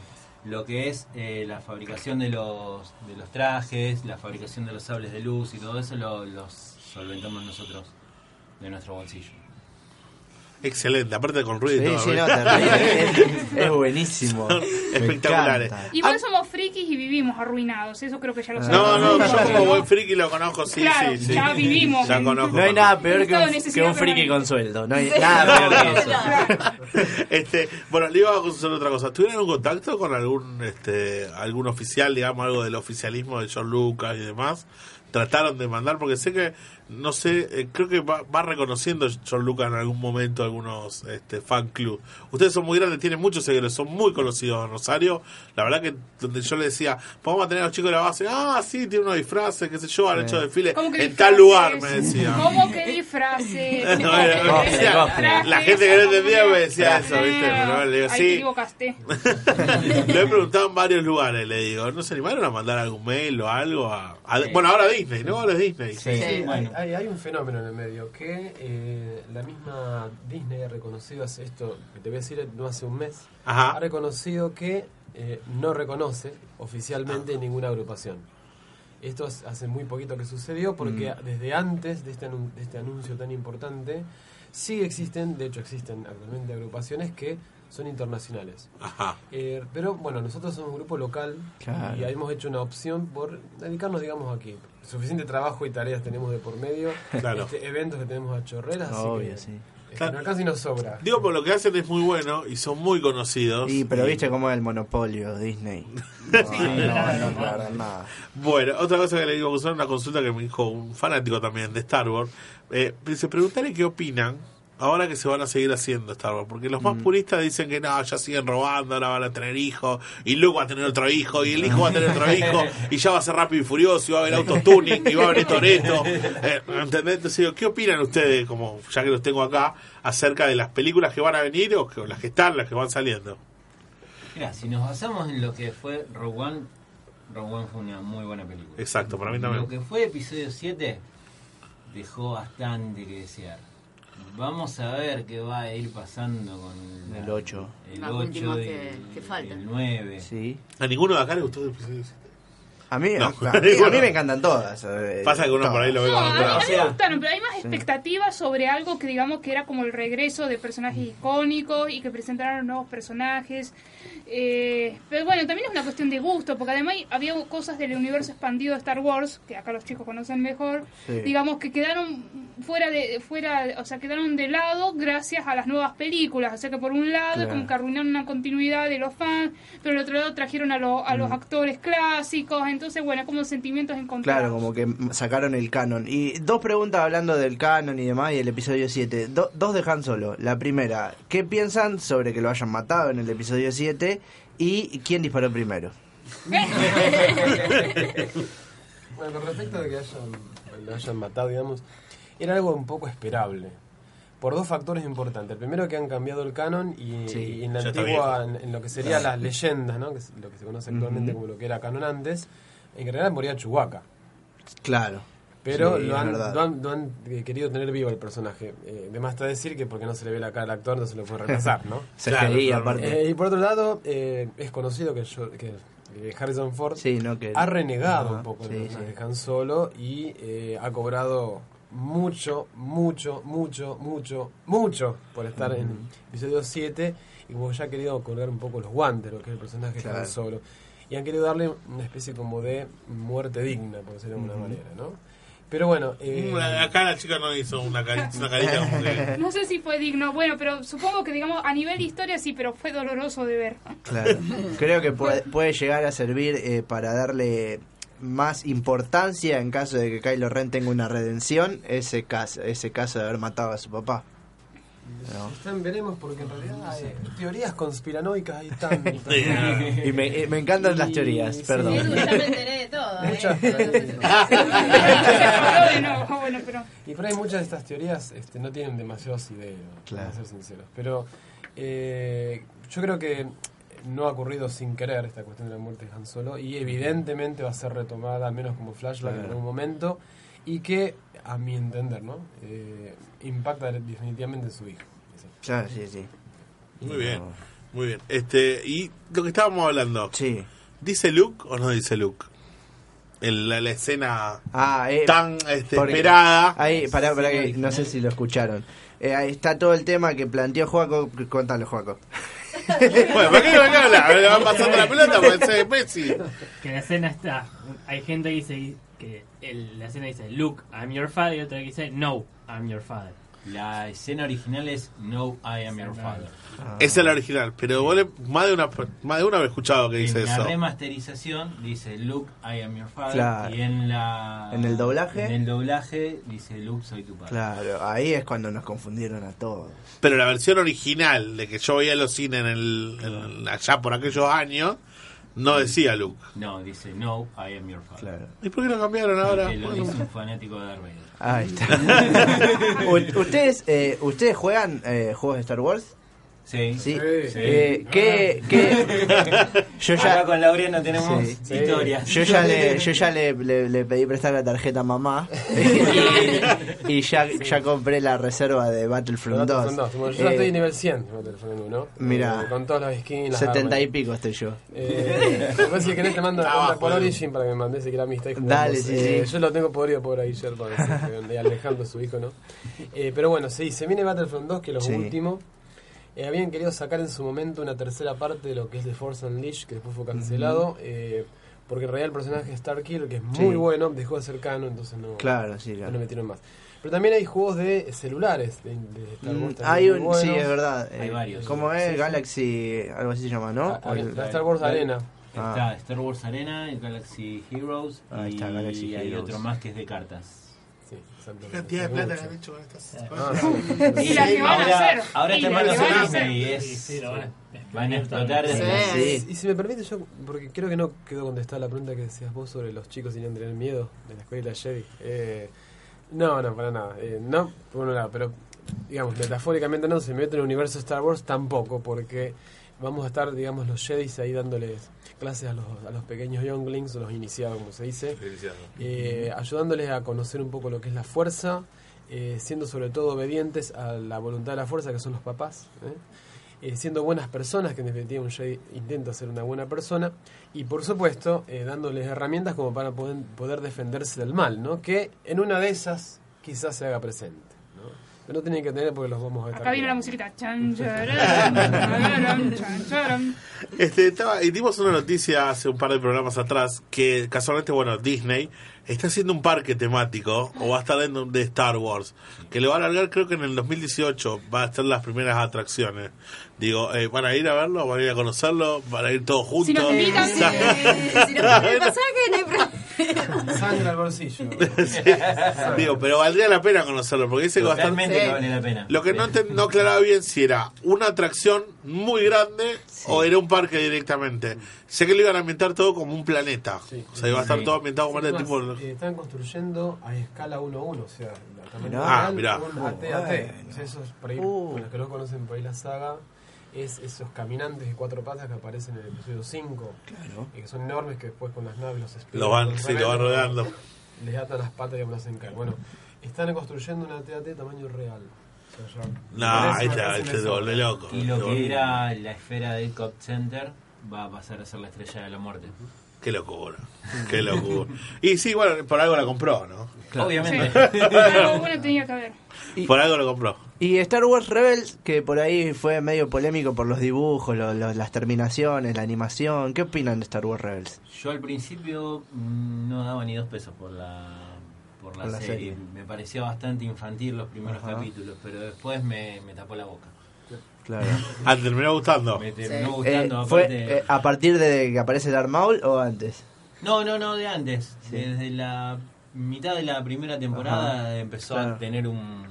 L: Lo que es eh, la fabricación de los, de los trajes, la fabricación de los sables de luz y todo eso lo, los solventamos nosotros de nuestro bolsillo.
C: Excelente, aparte con ruido. y
E: Sí,
C: todo,
E: sí, no,
C: ¿verdad?
E: te ríes, es- es buenísimo.
C: Son
E: Me
C: espectaculares.
E: encanta. Ah,
K: Igual somos frikis y vivimos arruinados. Eso creo que ya lo
C: No,
K: sabemos.
C: no, yo como buen friki lo conozco, sí,
K: Claro,
C: sí, sí.
K: ya vivimos.
C: Ya conozco.
E: No hay nada peor que
K: Estado
E: un,
K: necesidad
E: que un
K: permanente.
E: friki con sueldo. No hay
K: Sí.
E: nada peor que eso.
C: este, bueno, le iba a consultar otra cosa. ¿Tuvieron un contacto con algún este, algún oficial, digamos, algo del oficialismo de John Lucas y demás? ¿Trataron de mandar? Porque sé que no sé, eh, creo que va, va reconociendo John Lucas en algún momento algunos este, fan club. Ustedes son muy grandes, tienen muchos seguidores, son muy conocidos en Rosario. La verdad que donde yo le decía, "Pues vamos a tener a los chicos de la base, ah, sí, tiene unos disfraces, qué sé yo, han
B: Sí.
C: hecho desfiles
K: ¿Cómo que
C: en tal
K: disfraces?
C: lugar, me decía.
K: ¿Cómo que disfraces?
C: No, no, no,
B: Cofre,
C: decía,
B: cofre.
C: la gente que no entendía me decía eso, ¿viste? Pero le digo,
K: Ahí te
C: sí,
K: equivocaste.
C: lo he preguntado en varios lugares, le digo. ¿No se animaron a mandar algún mail o algo? a, a- Bueno, ahora Disney, ¿no? Ahora es Disney.
N: hay- hay, hay un fenómeno en el medio que eh, la misma Disney ha reconocido hace esto, que te voy a decir no hace un mes,
C: Ajá.
N: ha reconocido que eh, no reconoce oficialmente
C: Ah.
N: ninguna agrupación. Esto es- hace muy poquito que sucedió porque
O: Mm.
N: desde antes de este, anun- de este anuncio tan importante sí existen, de hecho existen actualmente agrupaciones que son internacionales.
C: Ajá.
N: Eh, pero bueno, nosotros somos un grupo local
E: Claro.
N: y hemos hecho una opción por dedicarnos, digamos, aquí. Suficiente trabajo y tareas tenemos de por medio,
C: Claro.
N: este, eventos que tenemos a chorreras, así
E: Obvio,
N: que,
E: sí.
N: es que no alcanza y nos sobra.
C: Digo, por lo que hacen es muy bueno y son muy conocidos.
E: Y pero
C: Y-
E: viste cómo es el monopolio Disney. Ah,
C: no,
E: no, no, no.
C: Bueno, otra cosa que le digo, usar una consulta que me dijo un fanático también de Star Wars. Eh, dice, preguntarle qué opinan ahora que se van a seguir haciendo Star Wars. Porque los más puristas dicen que no, ya siguen robando, ahora van a tener hijos, y Luke va a tener otro hijo, y el hijo va a tener otro hijo, y ya va a ser rápido y furioso, y va a haber autotuning, y va a haber Toreto. ¿Entendés? Entonces digo, ¿qué opinan ustedes, como ya que los tengo acá, acerca de las películas que van a venir o que, o las que están, las que van saliendo?
L: Mira, si nos basamos en lo que fue Rogue One, Rogue One fue una muy buena película.
C: Exacto, para mí
L: Lo
C: también.
L: que fue episodio 7 dejó bastante que desear. Vamos a ver qué va a ir pasando con la-
E: El ocho.
L: El
J: Las
L: 8
J: últimas
L: del-
J: que- que faltan.
L: El 9.
E: Sí.
C: ¿A ninguno de acá le gustó el episodio 7?
E: A mí,
C: No.
E: a, a mí, a mí me encantan todas. eh,
C: Pasa que uno por ahí lo ve
E: todas.
L: Ah,
C: con otra-
K: A mí me gustaron, pero hay más
E: Sí.
K: expectativas sobre algo que digamos que era como el regreso de personajes icónicos y que presentaron nuevos personajes. Eh, pero bueno, también es una cuestión de gusto, porque además había cosas del universo expandido de Star Wars, que acá los chicos conocen mejor,
B: Sí.
K: digamos que quedaron fuera de fuera, o sea, quedaron de lado gracias a las nuevas películas, o sea que por un lado
B: Claro.
K: es como que arruinaron una continuidad de los fans, pero por otro lado trajeron a, lo- a los
E: Mm.
K: actores clásicos, entonces bueno, es como sentimientos encontrados.
E: Claro, como que m- sacaron el canon. Y dos preguntas hablando del canon y demás y el episodio 7. Do- dos de Han Solo. La primera, ¿qué piensan sobre que lo hayan matado en el episodio 7? ¿Y quién disparó primero?
N: Bueno, con respecto de que hayan, lo hayan matado, digamos, era algo un poco esperable. Por dos factores importantes. El primero que han cambiado el canon y,
E: Sí,
N: y en la
E: ya está
N: antigua, en,
E: viejo.
N: en lo que sería
E: Claro.
N: las leyendas, ¿no? que es lo que se conoce actualmente
E: Ujú.
N: como lo que era canon antes, en realidad moría Chewbacca.
E: Claro.
N: Pero
E: Sí,
N: lo,
E: es
N: han,
E: verdad.
N: lo han- lo han, eh, querido tener vivo el personaje. Eh, de más está decir que porque no se le ve la cara al actor no se lo puede reemplazar, ¿no?
E: Se quería, aparte.
N: Eh, y por otro lado, eh, es conocido que, yo- que- que Harrison Ford
E: Sí, no, que-
N: ha renegado
E: Ajá,
N: un poco
E: sí,
N: el personaje
E: sí.
N: de Han Solo y eh, ha cobrado mucho, mucho, mucho, mucho, mucho por estar en episodio 7 y como ya ha querido colgar un poco los guantes, lo que es el personaje de Han
E: Claro.
N: Solo. Y han querido darle una especie como de muerte digna, por decirlo de alguna
C: Ujú.
N: manera, ¿no? Pero bueno, eh,
C: Una- Acá la chica no hizo una, cari- una carita como que...
K: No sé si fue digno, bueno, pero supongo que digamos a nivel de historia sí, pero fue doloroso de ver.
E: Claro. Creo que puede, puede llegar a servir eh, para darle más importancia en caso de que Kylo Ren tenga una redención, ese caso, ese caso de haber matado a su papá. ¿No?
N: están- veremos porque en realidad hay teorías conspiranoicas hay tantas.
E: y me, eh, me encantan las teorías, perdón.
J: Edu, ya me enteré de todo. ¿eh?
N: Muchas Y por ahí muchas de estas teorías este, no tienen demasiados ideas,
E: Claro.
N: para ser sinceros. Pero eh, yo creo que no ha ocurrido sin querer esta cuestión de la muerte de Han Solo y evidentemente va a ser retomada, al menos como flashback en
E: Claro.
N: algún momento, y que, a mi entender, ¿no? Eh, impacta definitivamente en su hijo.
E: Ya, sí, sí.
C: Muy bien, muy bien. Este, y lo que estábamos hablando.
E: Sí.
C: ¿Dice Luke o no dice Luke? En la, la escena
E: Ah, eh,
C: tan este,
E: porque-
C: esperada.
E: Ahí, pará, pará, que no sé si lo escucharon. Eh, ahí está todo el tema que planteó Joaco. Contalo, Joaco.
C: Bueno, ¿por qué no van a hablar? Le van pasando la pelota porque se Messi.
D: Que la escena está. Hay gente que dice que el- la escena dice, Look, I'm your father, y otra que dice, No, I'm your father.
L: La escena original es No I Am Your Father.
C: Esa Ah. es la original, pero vos le- más de una más de una vez escuchado que dice
L: en la
C: eso.
L: remasterización dice Luke, I am your father.
E: Claro.
L: Y en la.
E: En el doblaje.
L: En el doblaje dice Luke, soy tu padre.
E: Claro, ahí es cuando nos confundieron a todos.
C: Pero la versión original de que yo veía en los cines en el, en- allá por aquellos años no decía Luke.
L: No, dice No, I am your father. Claro.
C: ¿Y por qué lo cambiaron ahora?
L: Porque lo
C: Bueno.
L: hizo un fanático de Darth Vader.
E: Ahí está. U- ¿Ustedes, eh, ¿Ustedes juegan eh, juegos de Star Wars?
L: Sí.
E: ¿Sí?
L: Sí.
E: Eh, ¿Qué, qué- Yo ya...
L: Acá con Laureano tenemos
E: Sí.
L: historias.
E: Yo ya le, yo ya le, le- le pedí prestar la tarjeta a mamá y, ya, ya compré la reserva de Battlefront 2.
N: Bueno, yo ya
E: Eh,
N: estoy nivel 100 de Battlefront 1.
E: mirá.
N: Eh, con todas las skins. Las
E: 70 y
N: armas.
E: pico estoy yo.
N: Eh, además, si querés te mando
E: Está
N: una
E: abajo,
N: por
E: eh.
N: Origin para que me mandes si querés amistad y jugamos.
E: Dale, sí,
N: Eh,
E: sí.
N: Yo lo tengo podrido por ahí ayer para que- de Alejandro, su hijo, ¿no? Eh, pero bueno, sí, se viene Battlefront 2, que es lo
E: Sí.
N: último. Eh, habían querido sacar en su momento una tercera parte de lo que es The Force Unleashed, que después fue cancelado. eh, porque en realidad el personaje Starkiller, que es muy
E: Sí.
N: bueno, dejó de ser canon, entonces no,
E: Claro, sí,
N: no
E: claro.
N: le metieron más. Pero también hay juegos de celulares de, de Star
E: Mm,
N: Wars. también
E: Hay
N: muy
E: un, sí,
N: buenos.
E: es verdad. eh, ¿Cómo es?
N: Sí, sí.
E: Galaxy, algo así se llama, ¿no?
N: Ah,
E: O el- Ah.
N: la Star Wars Arena.
L: Está Star Wars Arena, el Galaxy Heroes.
E: Ahí está,
L: y
E: Galaxy
L: hay
E: Heroes.
L: otro más que es de cartas. Ah,
N: Sí, exactamente.
C: cantidad de plata que han hecho con estas
L: Y la que van a Ahora- hacer. ahora Y está la en manos que de van a Disney, hacer. es- Sí, sí, lo van a- van a explotar de- Sí.
N: Y si me permite, yo, porque creo que no quedó contestada la pregunta que decías vos sobre los chicos sin tener miedo de la escuela Jedi. Eh, no, no, para nada. Eh, no, por un lado, pero digamos, metafóricamente no, se mete en el universo Star Wars tampoco, porque vamos a estar, digamos, los Jedi ahí dándoles clases a los, a los pequeños younglings, o los iniciados, como se dice,
C: Iniciados.
N: eh, ayudándoles a conocer un poco lo que es la fuerza, eh, siendo sobre todo obedientes a la voluntad de la fuerza, que son los papás, ¿eh? Eh, siendo buenas personas, que en definitiva un Jedi intenta ser una buena persona, y por supuesto eh, dándoles herramientas como para poder, poder defenderse del mal, ¿no? que en una de esas quizás se haga presente. ¿no? Pero no tienen que tener porque los vamos a estar
K: Acá viene la
N: cuidando.
K: musiquita. Chan, charan, charan, chan, charan.
C: Este, estaba, y dimos una noticia hace un par de programas atrás que casualmente, bueno, Disney está haciendo un parque temático o va a estar dentro de Star Wars, que lo va a alargar creo que en el 2018 va a estar las primeras atracciones. Digo, eh, ¿van a ir a verlo? ¿Van a ir a conocerlo? ¿Van a ir todos juntos?
F: Si nos invitan,
C: O sea,
F: si nos ponen el pasaje, no hay problema.
N: Sangre al bolsillo.
C: Digo, pero valdría la pena conocerlo, porque dice que va a estar...
L: Totalmente que vale la pena.
C: Lo que no, enten- no aclaraba bien si era una atracción muy grande o era un parque directamente. Sé que lo iban a ambientar todo como un planeta. o sea, iba a estar
N: Sí.
C: todo ambientado como
N: Es
C: un
N: más,
C: tipo...
N: eh, están construyendo a escala 1 a 1, o sea, la tamaño
C: Mirá.
N: real,
C: Ah, mirá.
N: un AT
C: Oh,
N: AT.
C: bueno.
N: O sea, esos, por ahí,
C: Uh.
N: para los que no conocen por ahí la saga, es esos caminantes de cuatro patas que aparecen en el episodio 5, y que son enormes que después con las naves los espíritus
C: Lo van-
N: los
C: sí, lo van
N: revelan,
C: rodeando.
N: Les atan las patas y algunos hacen caer. Bueno, están construyendo una AT-AT tamaño real. O sea, ya-
C: No,
N: parece-
C: ahí te-
N: parece
C: ahí te
N: eso.
C: vuelve loco.
L: Y lo
C: Te
L: que
C: vuelve-
L: era la esfera del Cop Center va a pasar a ser la estrella de la muerte.
C: Qué locura. Qué locura. Y sí, bueno, por algo la compró, ¿no?
L: Obviamente.
K: Sí. Algo bueno tenía que haber.
C: por algo lo compró.
E: Y Star Wars Rebels, que por ahí fue medio polémico por los dibujos, lo- lo- las terminaciones, la animación. ¿Qué opinan de Star Wars Rebels?
L: Yo al principio mm, no daba ni dos pesos por la, por la,
E: Por la
L: serie.
E: serie.
L: Me parecía bastante infantil los primeros
E: Ajá.
L: capítulos, pero después me, me tapó la boca.
E: Claro.
C: Ah, ¿te terminó gustando.
L: Me terminó gustando.
E: Eh, ¿Fue
L: aparte-
E: eh, a partir de que aparece el Armaul o antes?
L: No, no, no, de antes. Desde la mitad de la primera temporada
E: Ajá,
L: empezó
E: claro.
L: a tener un,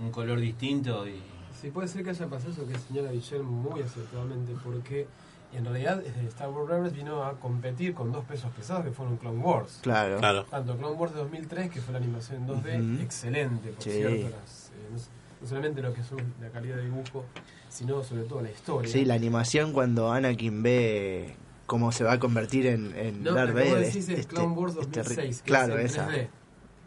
L: un color distinto y
N: Sí, puede ser que haya pasado eso que señala Guillermo muy acertadamente, porque en realidad eh, Star Wars Rebels vino a competir con dos pesos pesados que fueron Clone Wars.
E: Claro. Claro.
N: Tanto Clone Wars de 2003, que fue la animación en 2D,
E: Ujú.
N: excelente, por
E: Sí.
N: cierto. las, eh, no, s- no solamente lo que es la calidad de dibujo, sino sobre todo la historia.
E: Sí, la animación cuando Anakin ve cómo se va a convertir en, en
N: No,
E: Darth
N: pero vos
E: Vader.
N: decís es
E: este-
N: Clone Wars
E: este ri-
N: 2006, que
E: claro,
N: es en
E: esa.
N: 3D.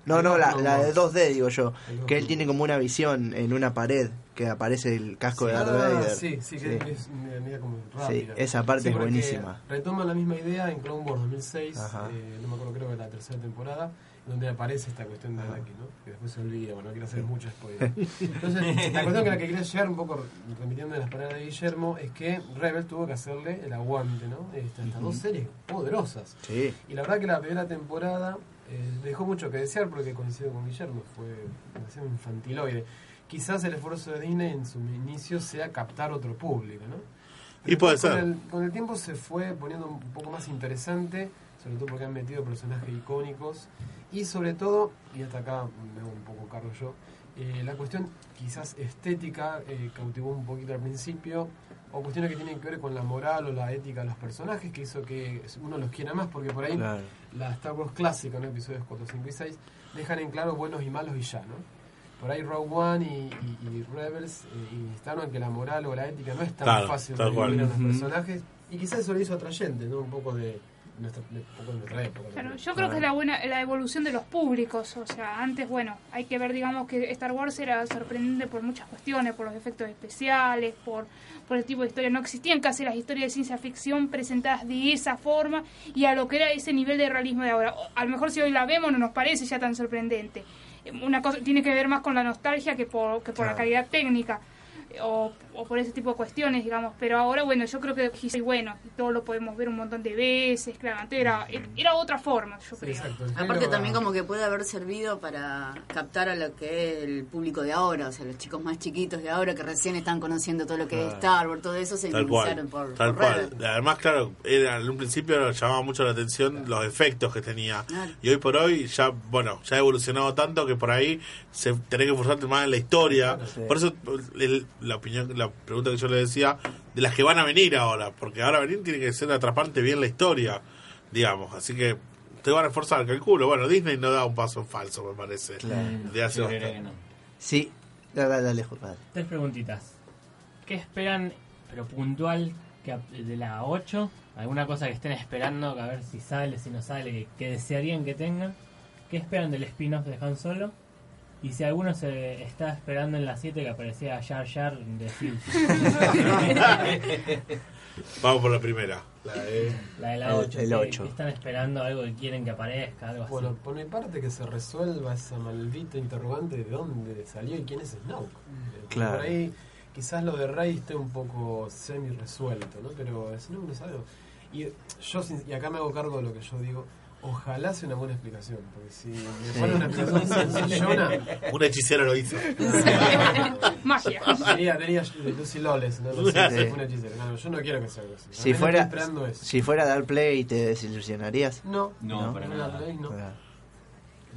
E: No, no, la,
N: Clone
E: la de
N: Wars.
E: 2D, digo yo.
N: Clone
E: Que él
N: Wars.
E: tiene como una visión en una pared que aparece el casco de
N: Ah,
E: Darth Vader.
N: Sí, sí, que es una medida como rápida.
E: esa parte es
N: porque
E: buenísima.
N: Retoman la misma idea en Clone Wars 2006,
E: Ajá.
N: eh, no me acuerdo, creo que la tercera temporada, donde aparece esta cuestión de Anakin, ¿no? Que después se olvida, bueno, no quiero hacer mucho spoiler. Entonces, la cuestión que la que quería llegar, un poco remitiendo a las palabras de Guillermo, es que Rebel tuvo que hacerle el aguante, ¿no? Este, Estas, estas dos
E: Ujú.
N: series poderosas.
E: Sí.
N: Y la verdad que la primera temporada eh, dejó mucho que desear porque coincido con Guillermo, fue demasiado infantiloide. quizás el esfuerzo de Disney en su inicio sea captar otro público, ¿no?
C: Y puede
N: después
C: ser.
N: Con el, con el tiempo se fue poniendo un poco más interesante, sobre todo porque han metido personajes icónicos y sobre todo, y hasta acá me hago un poco cargo yo, eh, la cuestión quizás estética eh, cautivó un poquito al principio, o cuestiones que tienen que ver con la moral o la ética de los personajes, que hizo que uno los quiera más, porque por ahí
O: Claro.
N: la Star Wars clásica, en episodios 4, 5 y 6, dejan en claro buenos y malos y ya, ¿no? Por ahí Rogue One y, y- y Rebels eh, instaron que la moral o la ética no es tan
C: Claro,
N: fácil de
C: tal cual.
N: eliminar a los
C: Ujú.
N: personajes, y quizás eso lo hizo atrayente, ¿no? Un poco de nuestra, de- un poco de nuestra época.
K: Claro,
N: ¿no?
K: yo creo que es la buena la evolución de los públicos, o sea, antes bueno, hay que ver digamos que Star Wars era sorprendente por muchas cuestiones, por los efectos especiales, por por el tipo de historia, no existían casi las historias de ciencia ficción presentadas de esa forma y a lo que era ese nivel de realismo de ahora. O, a lo mejor si hoy la vemos no nos parece ya tan sorprendente. Eh, Una cosa tiene que ver más con la nostalgia que por que por la
J: Claro.
K: calidad técnica. eh, o, o por ese tipo de cuestiones, digamos. Pero ahora, bueno, yo creo que soy bueno. y Todo lo podemos ver un montón de veces. Claro, antes era, era otra forma, yo creo.
J: Aparte también como que puede haber servido para captar a lo que es el público de ahora, o sea, los chicos más chiquitos de ahora que recién están conociendo todo lo que es
C: Claro.
J: Star Wars, todo eso se
C: Tal
J: iniciaron
C: cual.
J: por,
C: tal
J: por
C: cual.
J: redes.
C: Además, claro, era, en un principio llamaba mucho la atención los efectos que tenía. Y hoy por hoy ya, bueno, ya ha evolucionado tanto que por ahí se tenés que forzarte más en la historia. Por eso el- la opinión, la pregunta que yo le decía, de las que van a venir ahora, porque ahora venir tiene que ser atrapante bien la historia, digamos. Así que te van a esforzar, calculo. Bueno, Disney no da un paso en falso, me parece.
E: Claro.
C: De hace
E: Yo creo
C: bastante.
E: que no. Sí, dale, dale, dale, Jorge, dale.
O: Tres preguntitas. ¿Qué esperan, pero puntual, que a- de la 8? ¿Alguna cosa que estén esperando, que a ver si sale, si no sale, que, que desearían que tengan? ¿Qué esperan del spin-off de Han Solo? Y si alguno se está esperando en la 7 que aparecía Jar Jar de Phil.
C: Vamos por la primera. La de,
O: La de la 8. Están esperando algo que quieren que aparezca, algo así.
N: Bueno, por mi parte que se resuelva esa maldita interrogante de dónde salió y quién es Snoke. Eh,
E: Claro.
N: Por ahí quizás lo de Rey esté un poco semi resuelto, ¿no? Pero Snoke no sabe. Y yo sin- y acá me hago cargo de lo que yo digo. Ojalá sea una buena explicación, porque si me
C: Sí.
N: fuera una explicación sencillona...
C: Un hechicero lo hizo.
K: Magia.
N: Sería, tenía Lucy Lawless, ¿no? Lo sé,
E: Sí.
N: fue un hechicero. No, no, yo no quiero que sea algo así.
E: Si
N: Realmente
E: fuera,
N: estoy esperando eso.
E: si fuera a dar play, ¿te desilusionarías?
N: No.
L: No, para
N: No,
L: nada.
N: Rey no.
E: Claro.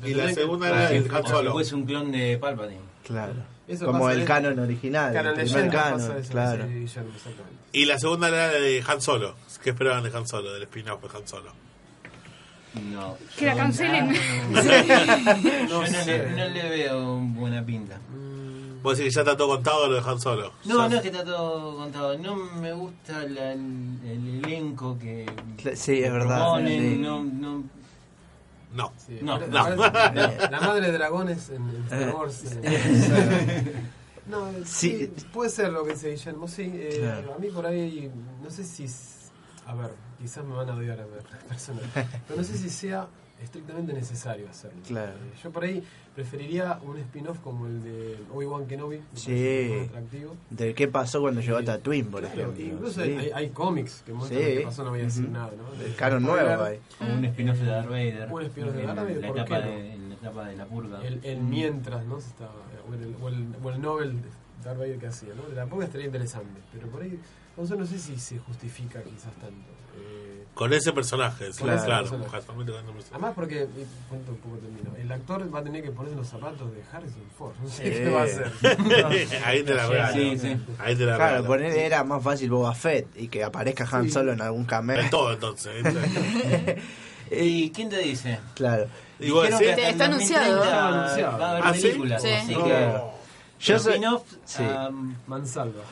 C: Y la segunda
L: Como
C: era
L: si-
C: el Han
L: como si
C: Solo.
L: fuese un clon de Palpatine.
E: Claro.
N: Eso
E: Como
N: pasa
E: el
N: en-
E: canon original,
N: Canon
E: el primer
N: leyenda
E: canon,
N: pasa eso,
E: claro.
N: sí, Guillermo, exactamente.
C: Y la segunda era la de Han Solo. ¿Qué esperaban de Han Solo, del spin-off de Han Solo?
L: No.
K: Que la
L: Yo-
K: cancelen.
L: No, yo
N: No
L: no
N: sé.
L: le, no le veo buena pinta.
C: Vos decís que ya está todo contado lo de Han Solo.
L: No, no es que está todo contado. No me gusta la- el, el elenco que.
E: Cla- sí, es
L: que
E: verdad,
L: proponen,
E: sí.
L: No, no.
C: No.
N: Sí,
L: No,
N: pero-
L: no.
N: La, la madre de dragones en, en Star Wars. eh,
E: Eh.
N: o sea, no, eh,
E: Sí.
N: sí, puede ser lo que dice Guillermo, sí. eh,
E: Claro.
N: A mí por ahí, no sé si... s- A ver, quizás me van a odiar a ver las personas. Pero no sé si sea estrictamente necesario hacerlo.
E: Claro.
N: Eh, Yo por ahí preferiría un spin-off como el de Obi-Wan Kenobi. me parece
E: Sí.
N: más atractivo.
E: ¿De qué pasó cuando llegó a Tatooine, por
N: Claro,
E: ejemplo?
N: incluso
E: Sí.
N: hay, hay- hay cómics que muestran
E: Sí.
N: lo que pasó, no voy a decir
E: Ujú.
N: nada, ¿no?
E: El canon nuevo
N: hay.
E: hay.
L: Como un spin-off de Darth Vader.
N: Mm. Un spin-off de
L: En
N: Darth Vader,
L: La
N: ¿por
L: etapa
N: qué no?
L: de, en la etapa de la purga.
N: El, el
E: Mm.
N: mientras, ¿no? Se estaba, o, el, o, el, o el novel de Darth Vader que hacía, ¿no? De la purga estaría interesante, pero por ahí, no sé, no sé si se justifica quizás tanto. Eh,
C: Con ese personaje, sí,
N: Con
C: claro.
N: ese personaje.
C: casualmente con ese personaje.
N: Además porque, y cuento un poco termino, el actor va a tener que ponerse los zapatos de Harrison Ford, no sé
E: Sí.
N: qué va a hacer.
C: Ahí te la regalo.
L: Sí, sí.
C: Ahí te la
E: Claro,
C: regalo.
E: poner era más fácil Boba Fett y que aparezca Han
N: Sí.
E: Solo en algún cameo.
C: En todo, entonces. ¿eh? entonces.
L: ¿Y quién te dice?
E: Claro.
C: Y vos
L: Dijeron
C: decís-
L: que hasta el
J: Está anunciado.
L: 2030 Va a haber
C: ¿Ah, sí?
L: películas.
J: Sí. Oh.
L: Así
E: No.
L: que.
E: Yo
L: Yo
E: soy-
L: spin-off.
E: Sí.
L: am,
N: um, Mansalva.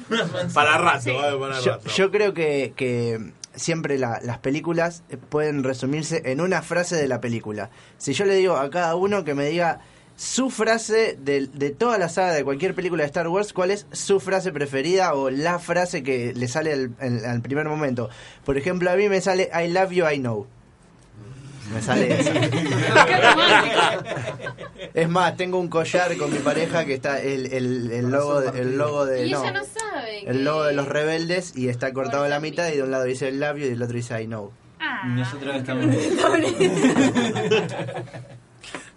C: Para rato, ¿vale? para
E: Yo,
C: rato.
E: yo creo que, que siempre la- las películas eh, pueden resumirse en una frase de la película. Si yo le digo a cada uno que me diga su frase de, de toda la saga de cualquier película de Star Wars, cuál es su frase preferida o la frase que le sale al, al- al primer momento. Por ejemplo, a mí me sale I love you, I know. Me sale esa. Es más, tengo un collar con mi pareja que está el, el- el logo, de- el logo de...
F: y
E: no.
F: ella no sabe. que-
E: El logo de los rebeldes y está cortado a la mitad y de un lado dice el labio y del otro dice I know.
L: Ah.
N: Ah,
L: Nosotros estamos.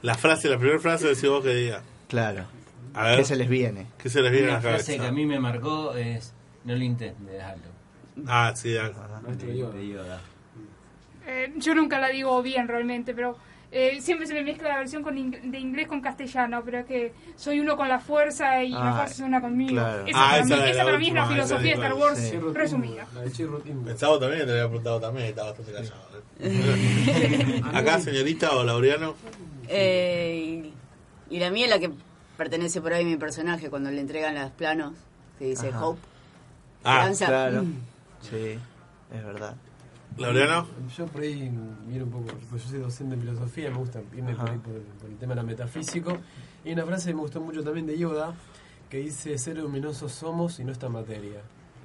C: La frase, la primera frase decís vos que diga.
E: Claro.
C: A ver.
E: ¿Qué se les viene?
C: ¿Qué se les viene a
L: Una
C: la
L: frase que
C: cabeza?
L: a mí me marcó es: no lo intentes, déjalo.
C: Ah, sí, dale.
L: De- de Yoda.
K: Eh, yo nunca la digo bien realmente, pero eh, siempre se me mezcla la versión con ing- de inglés con castellano, pero es que soy uno con la fuerza y
C: Ah,
K: la fuerza es una conmigo.
C: claro.
K: Esa,
C: Ah,
K: para,
C: esa
K: mí,
C: es
K: esa
C: la
K: para mí es la
C: última, esa
K: filosofía de
C: es la
K: Star
C: última,
K: Wars
C: sí.
K: resumida.
C: Pensaba también, te había preguntado también, estaba bastante callado. ¿eh? Acá, señorita o laureano.
J: Eh, y, y la mía es la que pertenece por ahí a mi personaje cuando le entregan los planos, que dice
E: Ajá.
J: Hope.
E: Ah,
J: Esperanza.
E: claro.
J: Mm.
E: Sí, es verdad.
C: ¿Laureano?
N: Yo por ahí miro un poco, pues yo soy docente de filosofía, me gusta irme por, ahí por, por el tema de la metafísico. Y hay una frase que me gustó mucho también de Yoda, que dice, ser luminosos somos y no esta materia.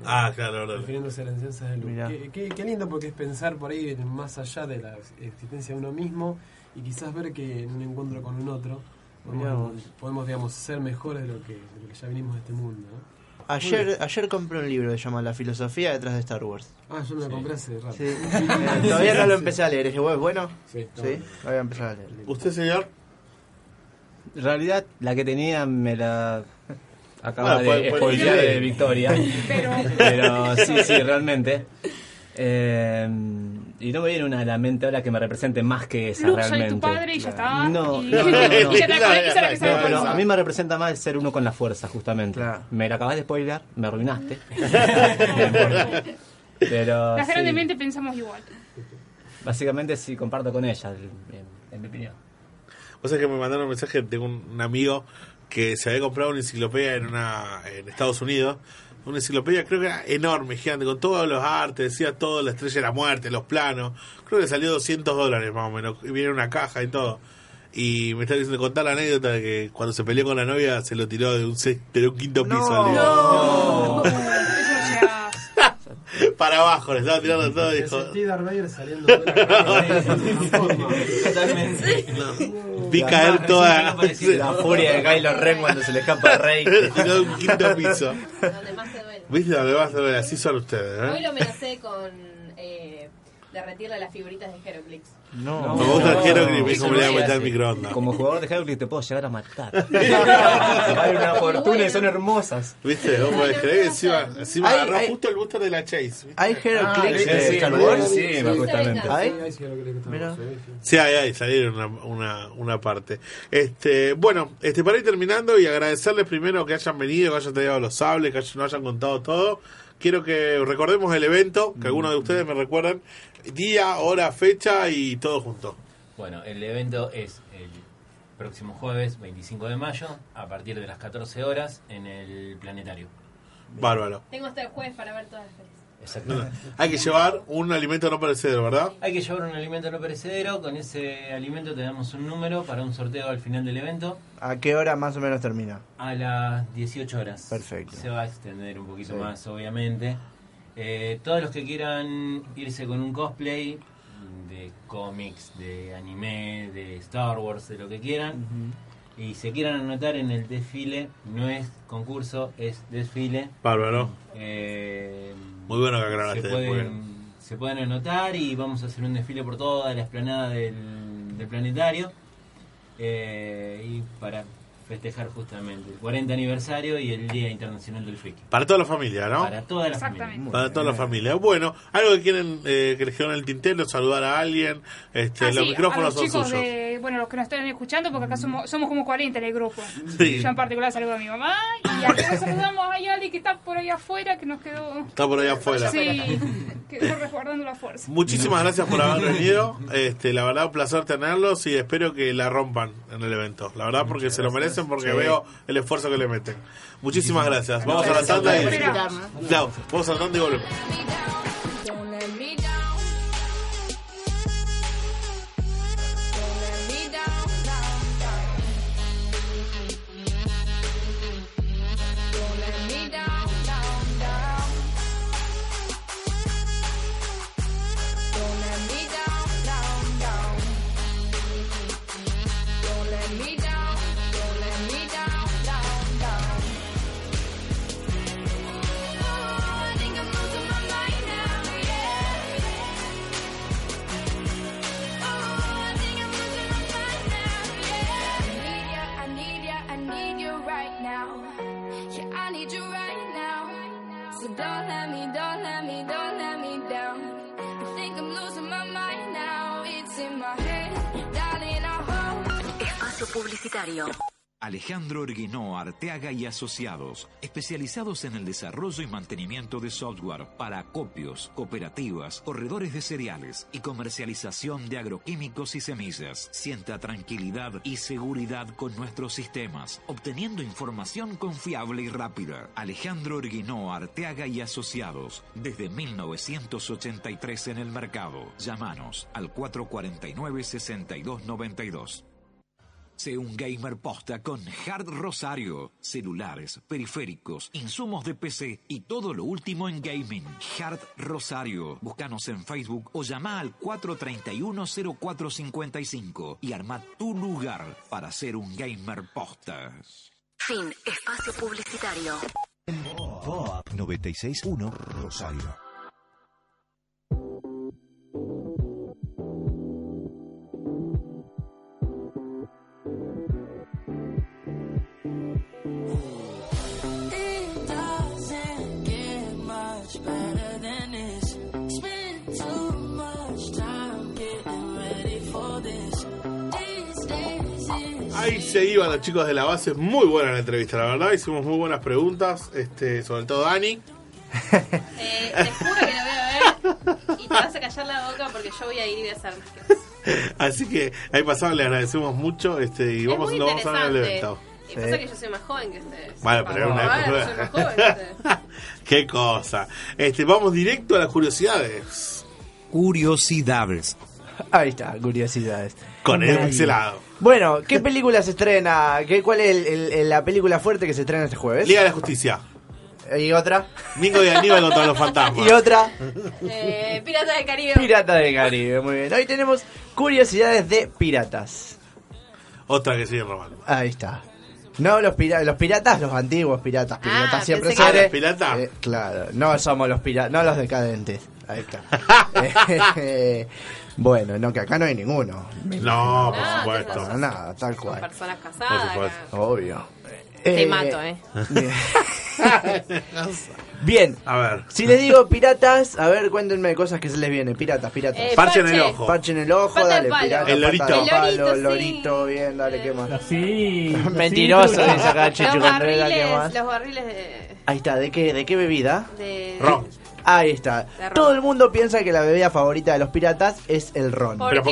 C: Ah, claro, claro.
N: Refiriéndose a las ciencias de luz.
C: Mirá.
N: Qué, qué- qué lindo porque es pensar por ahí en más allá de la existencia de uno mismo y quizás ver que en un encuentro con un otro
E: Mirá
N: podemos,
E: vos.
N: podemos, digamos, ser mejores de lo que, de lo que ya vinimos de este mundo. ¿no? Muy
E: Ayer,
N: bien.
E: ayer compré un libro que se llama La filosofía detrás de Star Wars.
N: Ah, yo me lo compré hace rato.
E: Sí. Eh, todavía no lo empecé a leer. Dije, "Bueno, ¿es bueno?
N: Sí, está
E: sí,
N: bueno.
E: lo voy a empezar a leer.
C: ¿Usted, señor?
M: En realidad, la que tenía me la acaba
E: Bueno,
M: de
E: fue- fue-
M: spoilear
E: sí.
M: de Victoria.
E: Pero-
M: Pero sí, sí, realmente. Eh, y no me viene una a la mente ahora que me represente más que esa
K: Luke, soy
M: realmente.
K: tu padre y ya está.
M: No, no,
K: Y-
M: no, no, no.
K: Ya te acordé que esa es la que sabe
M: No, pero
K: pensar.
M: a mí me representa más el ser uno con la fuerza, justamente. Me la acabas de spoilear, me arruinaste. pero
K: Las
M: Ah, sí,
K: grandemente pensamos igual.
M: básicamente sí comparto con ella, el- en, en mi opinión.
C: Vos sabés que me mandaron un mensaje de un, un amigo que se había comprado una enciclopedia en una en Estados Unidos. Una enciclopedia creo que era enorme, gigante, con todos los artes, decía todo, la estrella de la muerte, los planos. Creo que salió 200 dólares más o menos. Y viene en una caja y todo. Y me está diciendo contar la anécdota de que cuando se peleó con la novia se lo tiró de un, se- de un quinto piso al libro. Para abajo, le estaba tirando todo y
N: Me
C: dijo,
N: sentí Darth Vader saliendo de una cabeza de una forma.
C: vi caer toda
E: La furia de Kylo Ren cuando se le escapa al rey.
C: Le tiró un quinto piso.
F: Donde más te duele.
C: ¿Viste? Además, así son ustedes,
F: Hoy
C: ¿eh?
F: lo amenacé con eh, derretirle las figuritas de Heroclix.
C: No. Me gusta el Heroclix,
M: Eso
C: como le voy a
M: se
C: meter
M: hace.
C: el microondas.
M: Como jugador de Heroclix te puedo llegar a matar. Hay una fortuna y son hermosas.
C: ¿Viste? No podés creer que encima, encima
M: Ay,
C: agarró
M: ay.
C: justo el booster de la Chase. ¿viste?
E: Hay Heroclix de Star Wars.
C: Ah,
E: ¿Hay? Mira.
C: Sí, ahí, ahí salieron una, una, una parte. Este, bueno, este, para ir terminando y agradecerles primero que hayan venido, que hayan traído los sables, que hayan- nos hayan contado todo. Quiero que recordemos el evento, que algunos de
E: Mm.
C: ustedes me recuerdan, día, hora, fecha y todo junto.
L: Bueno, el evento es el próximo jueves 25 de mayo a partir de las 14 horas en el planetario.
C: Bárbaro.
F: Tengo hasta el jueves para ver todas las pelis.
L: Exactamente.
C: Hay que llevar un alimento no perecedero, ¿verdad?
L: Hay que llevar un alimento no perecedero, con ese alimento te damos un número para un sorteo al final del evento
E: ¿A qué hora más o menos termina?
L: a las 18 horas.
E: Perfecto.
L: Se va a extender un poquito
E: Sí.
L: más, obviamente. Eh, todos los que quieran irse con un cosplay de cómics, de anime, de Star Wars, de lo que quieran, y se quieran anotar en el desfile, no es concurso, es desfile.
C: Bárbaro.
L: Eh,
C: Muy bueno que aclaraste,
L: Se
C: muy
L: pueden, se pueden anotar y vamos a hacer un desfile por toda la esplanada del, del planetario. eh, y para festejar justamente el 40 aniversario y el Día Internacional del Friki.
C: Para toda la familia, ¿no?
L: Para toda la familia.
C: Para toda la familia. Bueno, algo que quieren eh, que les quedó en el tintero, saludar a alguien. Este,
K: Ah,
C: los
K: sí, a
C: micrófonos
K: los
C: son
K: chicos
C: suyos.
K: de, bueno, los que nos están escuchando, porque acá
M: Mm.
K: somos, somos como 40 en el grupo.
C: Sí.
K: Yo en particular saludo a mi mamá y acá saludamos a Yali que está por ahí afuera, que nos quedó...
C: Está por ahí afuera.
K: Sí, quedó resguardando la fuerza.
C: Muchísimas gracias por haber venido. Este, la verdad, un placer tenerlos y espero que la rompan en el evento. La verdad, porque se lo
L: gracias.
C: merecen, porque
L: Sí.
C: veo el esfuerzo que le meten. Muchísimas gracias. Vamos a la
L: Gracias
C: tanda
L: por
C: y.
L: invitarnos.
C: Chao. Vamos a la tanda y volvemos.
I: Don't let me down. Don't let me down, down, down. Don't let me down, down, down. Don't let me down, down, down. Don't let me down, don't let me down, down, down. Oh, I think I'm losing my mind now.
A: publicitario.
G: Alejandro Erguinó Arteaga y Asociados, especializados en el desarrollo y mantenimiento de software para acopios, cooperativas, corredores de cereales y comercialización de agroquímicos y semillas. Sienta tranquilidad y seguridad con nuestros sistemas, obteniendo información confiable y rápida. Alejandro Erguinó Arteaga y Asociados, desde 1983 en el mercado. Llámanos al 449-6292. Sé un gamer posta con Hard Rosario. Celulares, periféricos, insumos de PC y todo lo último en gaming. Hard Rosario. Búscanos en Facebook o llama al 431-0455 y arma tu lugar para ser un gamer posta.
A: Fin. Espacio publicitario.
H: 961 Rosario.
B: It doesn't get much better than this. Spend too much time getting ready for this. These days it's
C: Ahí se iban los chicos de la base. Muy buena la entrevista, la verdad. Hicimos muy buenas preguntas. Este, sobre todo Dani.
F: Eh, te juro que lo voy a ver y te vas a callar la boca porque yo voy a ir y voy a hacer mis cosas.
C: Así que ahí pasado, le agradecemos mucho. Este, y vamos,
F: Muy
C: lo vamos a ver en el
F: interesante.
C: evento.
F: Y pasa que yo soy más joven que ustedes.
C: Vale, pero era una
F: Ahora
C: época-
F: soy más joven que ustedes.
C: Qué cosa. Este, vamos directo a las curiosidades.
G: Curiosidades.
E: Ahí está, curiosidades.
C: Con el
E: Ahí.
C: pixelado.
E: Bueno, ¿qué película se estrena? ¿Qué, ¿Cuál es el- el- el- la película fuerte que se estrena este jueves?
C: Liga de la Justicia.
E: ¿Y otra?
C: Mingo de Aníbal contra los fantasmas.
E: ¿Y otra?
F: Eh, Pirata del Caribe.
E: Pirata del Caribe, muy bien. Hoy tenemos curiosidades de piratas.
C: Otra que sigue robando.
E: Ahí está. No, los, pira- los piratas, los antiguos piratas.
F: Ah,
E: Piratas siempre
C: pensé que-
E: sobre-
C: Ah, los piratas.
E: Eh, claro, no somos los piratas, no los decadentes. Ahí está. Eh, bueno, no, que acá no hay ninguno.
C: No,
F: por No, supuesto. tenés
E: Para
F: razón.
E: nada, tal cual.
F: Personas casadas. acá.
E: Obvio.
F: Te
E: Eh,
F: mato, eh.
E: Bien.
C: A ver.
E: Si les digo piratas, a ver, cuéntenme cosas que se les viene. Piratas, piratas.
F: Eh, Parche en el parche. ojo.
E: Parche en el ojo,
F: Pata de
E: dale,
F: palo.
E: pirata.
F: El lorito.
E: pata de
F: El
E: palo,
F: lorito, sí.
E: lorito, bien, dale, ¿qué más?
O: Sí.
E: Mentiroso, le saca Chechu
F: Los
E: Contreras, ¿qué más?
F: barriles, los barriles de...
E: Ahí está, ¿de qué, de qué bebida?
F: de-
E: Ahí está.
F: De ron.
E: Todo el mundo piensa que la bebida favorita de los piratas es el ron.
F: ¿Por qué? Sí,
C: eh,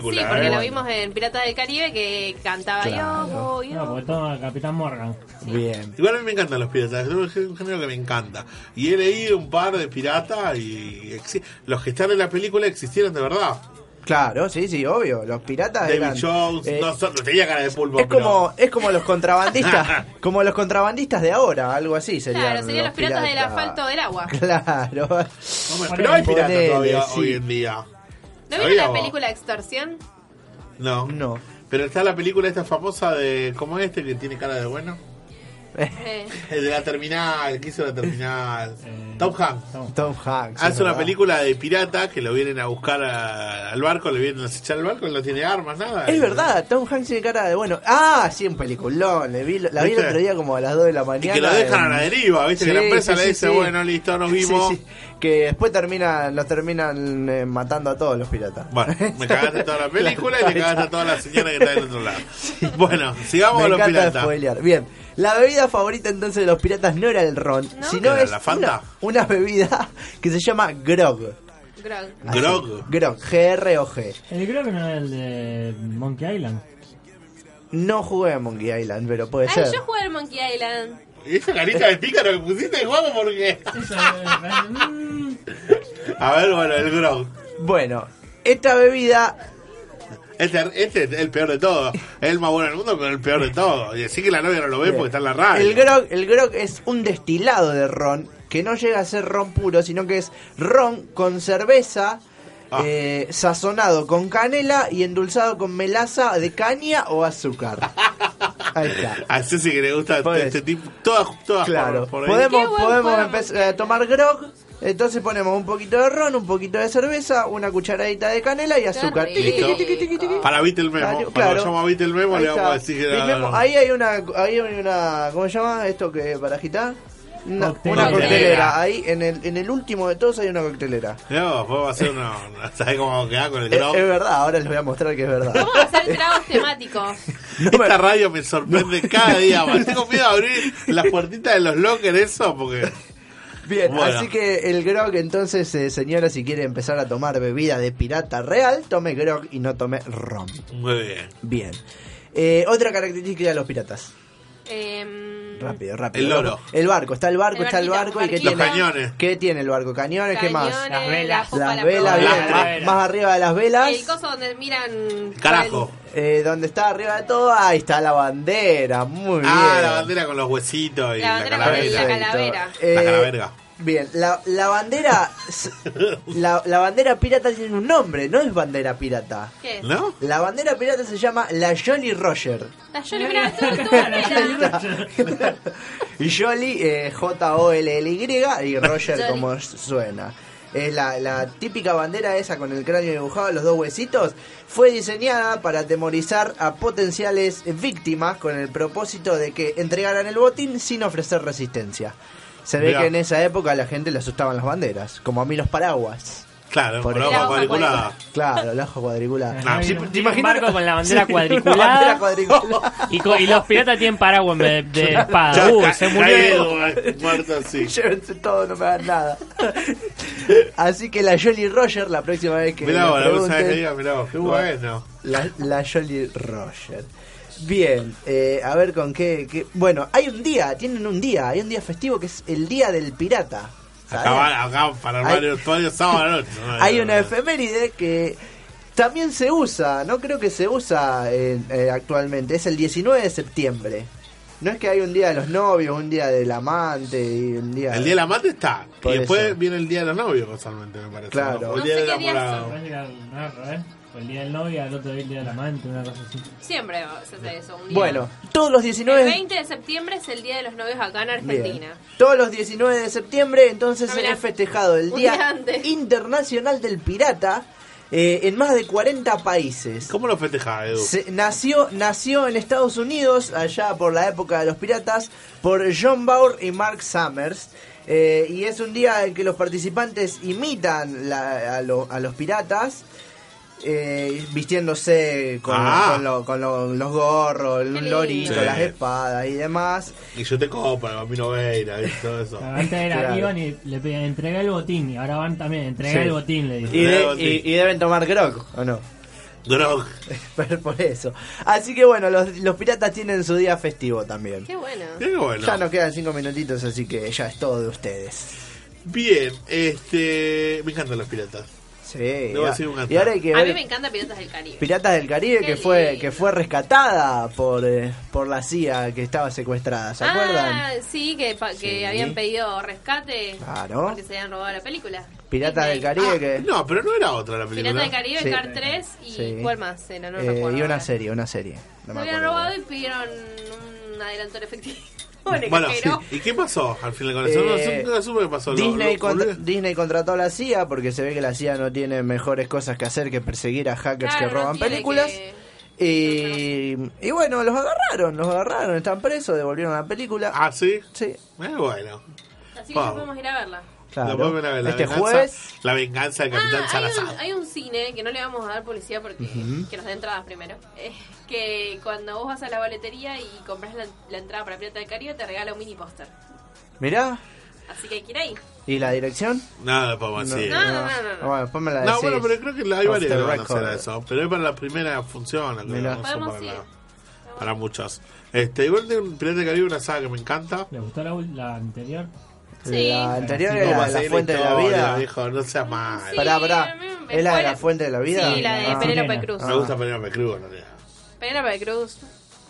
F: porque lo vimos en Pirata del Caribe que cantaba
E: Claro.
F: yo voy, yo
O: No, porque toma Capitán Morgan.
E: Bien.
C: Igual a mí me encantan los piratas, es un género que me encanta. Y he leído un par de piratas y exi- los que están en la película existieron de verdad.
E: Claro, sí, sí, obvio. Los piratas
C: David
E: eran,
C: Jones,
E: eh,
C: no, so- no tenía cara de pulpo.
E: es como, es como los contrabandistas, como los contrabandistas de ahora, algo así serían.
F: Claro, serían los piratas del asfalto del agua.
E: Claro.
C: pero, pero hay piratas
E: Ponele,
C: todavía
E: sí.
C: hoy en día.
F: ¿No
C: ¿Sabía
F: vieron la
C: vos?
F: película Extorsión?
C: No.
E: No.
C: Pero está la película esta famosa de. ¿Cómo es este que tiene cara de bueno?
F: Eh,
C: El de la terminal, que hizo la terminal. Tom Hanks.
E: Tom Hanks.
C: Hace
E: es
C: una
E: verdad.
C: película de pirata que lo vienen a buscar a- al barco, le vienen a acechar al barco, no tiene armas, nada.
E: Es verdad, Tom Hanks tiene cara de bueno. Ah, sí, un peliculón. Le vi, la vi el
C: ¿Viste?
E: otro día como a las 2 de la mañana.
C: que lo dejan a la deriva, ¿viste? Que la empresa le dice, bueno,
E: listo,
C: nos vimos.
E: Que después terminan, los terminan eh, matando a todos los piratas.
C: Bueno, me cagaste toda la película y le cagaste a toda la señora que está del otro lado. Bueno, sigamos
E: Me
C: a los
E: encanta
C: piratas.
E: spoilear. Bien, la bebida favorita entonces de los piratas no era el ron, sino
C: ¿Era
E: es
C: la Fanta?
E: Una, una bebida que se llama grog.
F: Grog.
E: Así,
C: Grog.
E: Ah, Grog, G-R-O-G.
O: El Eh, creo que no era el de Monkey Island.
E: No jugué a Monkey Island, pero puede
F: Ay,
E: ser.
F: Ah, yo jugué al Monkey Island.
C: ¿Y esa carita de pícaro que pusiste, Juan, por qué? A ver, bueno, el grog.
E: Bueno, esta bebida.
C: Este, este es el peor de todo. Es el más bueno del mundo, pero el peor de todo. Y así que la novia no lo ve porque está en la radio.
E: El grog, el grog es un destilado de ron que no llega a ser ron puro, sino que es ron con cerveza.
C: Ah.
E: eh, sazonado con canela y endulzado con melaza de caña o azúcar. Ahí está.
C: A Ceci que le gusta este tipo. Todas, todas por-
E: Claro,
C: por ahí.
E: podemos, podemos empezar a tomar grog. Entonces ponemos un poquito de ron, un poquito de cerveza, una cucharadita de canela y azúcar.
C: Listo. Para Vite el Memo.
E: Claro,
C: Para
E: claro.
C: llamar a Vite el Memo
E: Ahí
C: le vamos a
E: está.
C: decir que
E: Y
C: no,
E: vemos-
C: no.
E: Ahí hay una, ahí hay una, ¿cómo se llama esto que para agitar? Una,
C: Coctelera.
E: una coctelera. Ahí, en el, en el último de todos hay una coctelera.
C: No, vos vas a hacer una. ¿Sabés cómo quedar con el
E: Es,
C: grog?
E: es verdad, ahora les voy a mostrar que es verdad.
F: Hacer tragos temáticos.
C: Esta radio me sorprende cada día más. Tengo miedo de abrir las puertitas de los lockers, eso, porque.
E: Bien,
C: Bueno.
E: así que el grog, entonces, eh, señora, si quiere empezar a tomar bebida de pirata real, tome grog y no tome rom.
C: Muy bien.
E: Bien. Eh, otra característica de los piratas.
F: Eh,
E: Rápido, rápido.
C: El loro.
E: El barco, está el barco,
F: El
E: está el
F: barquito,
E: barco. ¿Y qué
F: barquito.
E: tiene?
F: Los cañones.
E: ¿Qué tiene el barco? ¿Cañones? ¿Qué más?
F: Cañones, Las velas. la popa,
E: Las
F: la
E: velas,
F: proa.
E: bien.
F: Las
E: Más, más arriba de las velas.
F: el coso donde miran.
E: Eh, donde está arriba de todo, ahí está la bandera. Muy bien.
C: Ah, la bandera con los huesitos y
F: La
C: la,
F: bandera con
C: calavera.
F: la calavera.
E: Eh,
C: La calaverga.
E: Bien, la, la bandera s- la, la bandera pirata tiene un nombre, no es bandera pirata.
F: ¿Qué es?
C: ¿No?
E: La bandera pirata se llama la Jolly Roger.
F: La Jolly mirá, todo, todo, mirá.
E: Jolly, eh, J-O-L-L-Y y Roger
F: Jolly.
E: como s- suena. Es la, la típica bandera esa con el cráneo dibujado, los dos huesitos. Fue diseñada para atemorizar a potenciales víctimas con el propósito de que entregaran el botín sin ofrecer resistencia. Se ve
C: Mirá.
E: que en esa época a la gente le asustaban las banderas, como a mí los paraguas.
C: Claro,
E: Por
C: con la hoja
E: ejemplo.
C: cuadriculada.
E: Claro, la hoja cuadriculada.
C: Ah, sí,
E: ¿Te
D: Un
E: imaginas?
D: barco con la bandera
E: Sí, una
D: cuadriculada.
E: bandera cuadriculada.
D: Y, co- y los piratas tienen paraguas en vez de, de
E: Claro.
D: espada.
E: Ya
D: Uy,
E: ca-
D: se murió Edu.
E: caído,
C: eh, Muerto así.
E: uh, Llévense todo, no me hagan nada. Así que la Jolly Roger, la próxima vez que.
C: Mirá
E: me
C: vos, la cosa
E: pregunten,
C: que diga, mirá vos, qué bueno.
E: La, la Jolly Roger. Bien, eh, a ver con qué, qué- Bueno, hay un día, tienen un día, hay un día festivo que es el Día del Pirata. ¿sabés?
C: Acá, acá para armar el usuario sábado a la noche. No,
E: Hay
C: no,
E: una
C: no.
E: efeméride que también se usa, no creo que se usa eh, eh, actualmente, es el 19 de septiembre. No es que hay un día de los novios, un día del amante y un día...
C: El día de la mate está.
E: Por
C: Ah, y después
E: eso.
C: viene el día de los novios, casualmente, me parece.
E: Claro.
C: ¿no? O
F: No
C: el día
F: sé
C: del
F: qué días
C: enamorado.
F: son.
O: No, al revés. ¿eh? Fue El día del novio, al otro día el día del amante, una cosa así.
F: Siempre se hace eso. Un día.
E: Bueno, todos los 19...
F: El 20 de septiembre es el día de los novios acá en
E: Bien.
F: Argentina.
E: Todos los 19 de septiembre entonces
F: Ah, mirá.
E: es festejado el
F: Un día
E: Día
F: antes.
E: Internacional del Pirata eh, en más de 40 países.
C: ¿Cómo lo festejaba, Edu?
E: Se- nació, nació en Estados Unidos, allá por la época de los piratas, por John Bauer y Mark Summers. Eh, y es un día en que los participantes imitan la- a, lo- a los piratas. eh, vistiéndose con,
C: Ah.
E: con lo- con lo- los gorros, el
F: lindo.
E: lorito,
C: Sí.
E: las espadas y demás.
C: Y yo te copo, el bambino Veira y todo
E: Ah.
C: eso.
O: Antes era
E: Claro.
O: iban y le pedían entrega el botín y ahora van también, entrega
E: Sí.
O: el botín, le dicen.
E: Y, de-
C: Creo, sí.
E: y- y deben tomar grog, ¿o no?
C: Grog.
E: Pero por eso. Así que bueno, los, los piratas tienen su día festivo también.
F: Qué bueno.
C: Qué bueno.
E: Ya nos quedan cinco minutitos, así que ya es todo de ustedes.
C: Bien, este. Me encantan los piratas.
E: Sí.
C: Debo decir un gato.
E: y ahora hay que
F: A mí me
E: ver
F: encanta Piratas del Caribe.
E: Piratas del Caribe
F: Qué
E: que fue
F: lindo.
E: que fue rescatada por eh, por la CIA que estaba secuestrada, ¿se acuerdan?
F: Ah, sí, que, pa- que habían pedido rescate
E: Claro.
F: porque se habían robado la película.
E: Piratas del Caribe que
C: Ah, No, pero no era otra la película.
F: Piratas del Caribe,
E: Sí.
F: Car 3 y
E: Sí.
F: ¿cuál más era? No,
E: eh,
F: recuerdo
E: y una
F: ahora.
E: serie, una serie. No
F: Se
E: me
F: habían
E: acuerdo.
F: robado y pidieron un adelanto en efectivo. Bueno,
C: Bueno,
F: exageró.
C: ¿y qué pasó al final con eso? No,
E: Eh,
C: no, no supe qué pasó. Lo-
E: Disney,
C: lo-
E: contra- Disney contrató a la CIA porque se ve que la CIA no tiene mejores cosas que hacer que perseguir a hackers
F: Claro,
E: que
F: no
E: roban
F: tiene
E: películas.
F: que-
E: Y, y bueno, los agarraron, los agarraron, están presos, devolvieron la película.
C: Ah, sí.
E: Sí,
C: Eh, bueno.
F: Así que
C: Wow.
F: ya podemos ir a verla.
E: claro.
C: La podemos ver, la- la
E: este
C: venganza-
E: jueves,
C: La venganza del Capitán
F: Ah, hay
C: Salazar.
F: un, hay un cine que no le vamos a dar publicidad porque que nos dé entradas primero. eh, que cuando vos vas a la boletería y compras la, la entrada para Pirata del Caribe, te regala un mini póster.
E: mirá,
F: Así que hay que ir ahí.
E: ¿y la dirección?
C: No, lo podemos decir.
F: No, no, no, no, no.
E: Bueno, después me la
C: No,
E: decís.
C: bueno, pero creo que la- hay
E: Off
C: varios
E: the
C: que van a hacer
E: record.
C: eso. Pero es para la primera función, creo,
E: Mirá.
C: no son
F: Podemos
C: para,
F: ir.
C: la- para muchos. Este, igual de un Pirata del Caribe, una saga que me encanta.
O: ¿Le gustó la, ul- la anterior?
F: Sí. Ah,
E: La anterior
O: Sí,
E: era
C: ¿Cómo va
E: la,
C: a
E: la
C: seguir
E: fuente de la
C: historia,
E: vida.
C: viejo? no seas mal.
F: Sí,
E: Pará, pará.
F: me- me
E: ¿Es la de
F: fue-
E: la fuente de la vida?
F: Sí, la de
E: Ah.
F: Penélope
O: Sirena.
F: Cruz.
C: Me gusta Penélope Cruz, en realidad.
F: Penélope Cruz.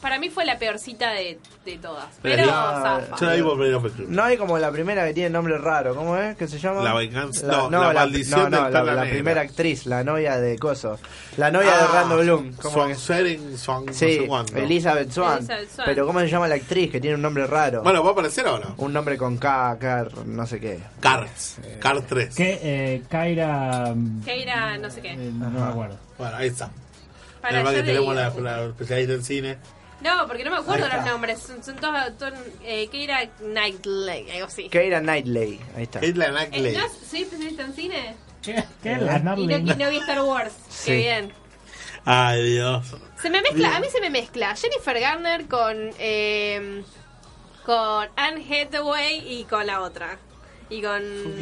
F: Para mí fue la peorcita de, de todas.
C: Pero
F: Pero
C: yo-
F: zafa.
C: Yo la vi por Penélope Cruz.
E: No hay como la primera que tiene nombre raro, ¿cómo es? ¿Qué se llama?
C: La venganza- no, la maldición
E: no, no,
C: del
E: la,
C: perla
E: la
C: negra. Ah,
E: primera actriz, la novia de Coso. La novia de Randall Bloom. ¿cómo
C: Swan
E: es?
C: Seren, Swan no
E: Sí,
C: sé cuánto.
E: Elizabeth Swan.
F: Elizabeth Swan.
E: Pero ¿cómo se llama la actriz que tiene un nombre raro?
C: Bueno, ¿va a aparecer ahora?
E: Un nombre con K, K, no sé qué.
C: Cars. Cars 3.
O: Que eh, Kaira. mm,
F: Keira, no sé qué.
O: eh, no me acuerdo.
C: Bueno, ahí está.
F: Para
C: Además
F: yo
C: que
F: le
C: tenemos
F: digo.
C: la, la especialista en cine.
F: No, porque no me acuerdo
E: Ahí está.
F: los nombres. Son, son todos. son, eh, Keira Knightley, algo así.
E: Keira Knightley, ahí está. Keira
F: Eh, ¿No soy especialista en cine?
E: Keira
F: Y no, y no vi Star Wars.
C: Sí.
F: Qué bien.
C: Ay, Dios.
F: Se me mezcla, a mí se me mezcla Jennifer Garner con. eh, con Anne Hathaway y con la otra. Y con.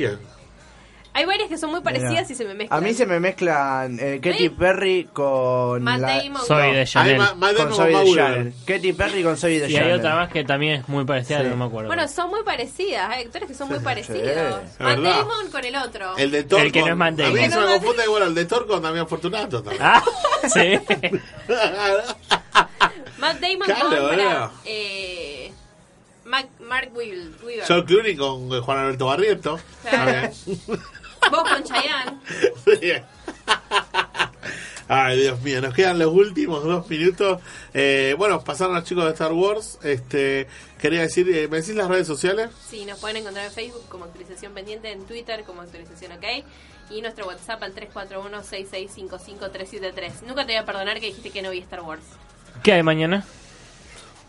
F: Hay varias que son muy parecidas y se me mezclan.
E: A mí se me mezclan eh, Katy Perry con
F: Matt
E: la...
F: Damon. Zoe de Chanel.
E: Ay, Ma- Matt Damon
D: Con
E: con
D: Zoe
E: Soy
D: de
E: de
D: Chanel.
E: Chanel. Katy Perry con Soy de
D: Y
E: Chanel.
D: hay otra más que también es muy parecida,
E: Sí.
D: pero no me acuerdo.
F: Bueno, son muy parecidas. Hay actores que son muy parecidos.
C: Es
F: Matt
C: verdad.
F: Damon con el otro.
C: El de Thor.
D: El que no es Matt
C: A mí
D: Damon.
C: se me confunde igual el de Thor con Damián Fortunato también.
D: Ah, sí.
F: Matt Damon
C: Claro,
F: con. pará,
C: boludo.
F: eh, Mac- Mark Will- Weaver.
C: John Clooney con eh, Juan Alberto Barriento.
F: Claro. Vos con Chayanne.
C: Ay, Dios mío, nos quedan los últimos dos minutos. Eh, bueno, pasaron los chicos de Star Wars. Este, quería decir, eh, ¿me decís las redes sociales?
F: Sí, nos pueden encontrar en Facebook como actualización pendiente, en Twitter como actualización ok. Y nuestro WhatsApp al 341-6655-373. Nunca te voy a perdonar que dijiste que no vi Star Wars.
D: ¿Qué hay mañana?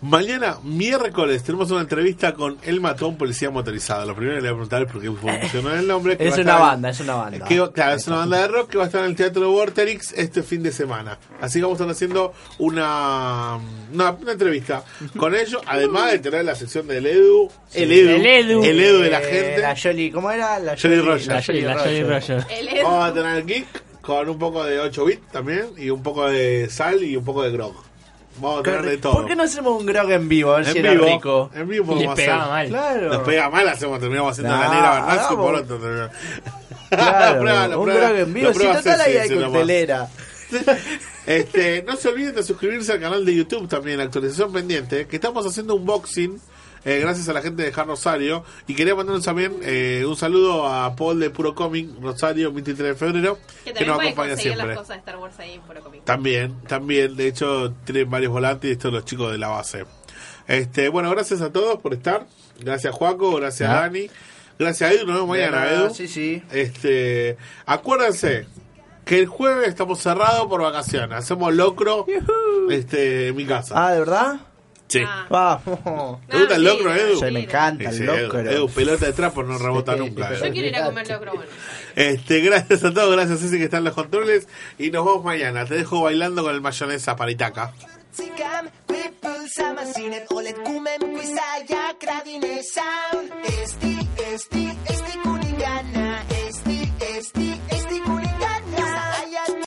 C: Mañana, miércoles, tenemos una entrevista con El Matón Policía Motorizado. Lo primero que le voy a preguntar es por qué funcionó el nombre. que
E: Es
C: va a
E: una
C: estar en-
E: banda, es una banda.
C: que- claro, es una banda de rock que va a estar en el Teatro Vorterix este fin de semana. Así que vamos a estar haciendo una, una, una entrevista con ellos, además de tener la sección del Edu. El Edu. El Edu, de la
E: Eh,
C: gente.
E: La Jolly, ¿cómo era? La
C: Jolly Roger.
E: la Jolly Roger.
F: El Edu.
C: Vamos a tener el Geek con un poco de 8 bits también, y un poco de sal y un poco de grog. Vamos a tener de todo.
E: ¿Por qué no hacemos un grog en vivo? A ver si era rico.
C: En vivo podemos hacer.
E: Claro.
C: Nos pega mal, hacemos, terminamos haciendo
E: Nah,
C: la negra Bernasco y
E: hagamos-
C: por otro. terminamos.
E: Claro,
C: Pruébalo,
E: un
C: pruébalo.
E: grog en vivo.
C: Lo
E: Si
C: prueba
E: total
C: Ceci,
E: ahí hay
C: decilo más.
E: coctelera.
C: Este, no se olviden de suscribirse al canal de YouTube también, actualización pendiente, que estamos haciendo un boxing. eh, gracias a la gente de Jar Rosario. Y quería mandarnos también eh, un saludo a Paul de Puro Comic, Rosario, 23 de febrero, que,
F: Que también
C: nos
F: pueden
C: acompaña
F: conseguir
C: siempre.
F: las cosas de Star Wars ahí en Puro Comic.
C: También, también. De hecho, tienen varios volantes y estos los chicos de la base. Este, bueno, gracias a todos por estar. Gracias, Juaco. Gracias,
E: Ah.
C: Dani. Gracias, Edu. Nos vemos
E: De
C: mañana,
E: nada,
C: Edu.
E: Sí, sí.
C: Este, acuérdense que el jueves estamos cerrados por vacaciones. Hacemos locro este, en mi casa.
E: Ah, ¿de verdad?
C: Sí.
F: Ah.
E: Vamos.
C: ¿Te gusta el locro, Edu?
E: Se me encanta
C: Sí,
E: el
C: sí,
E: locro.
C: Edu, Edu, pelota de trapo no rebota nunca.
F: Yo
C: Edu.
F: quiero ir a comer locro, bueno.
C: Este, gracias a todos, gracias Ceci que está en los controles y nos vemos mañana. Te dejo bailando con el mayonesa paritaca.
B: Sigam, people, sama sinet olet kumen kuisaya gradine sound. Esti, esti, esti kuningana. Esti, esti, esti.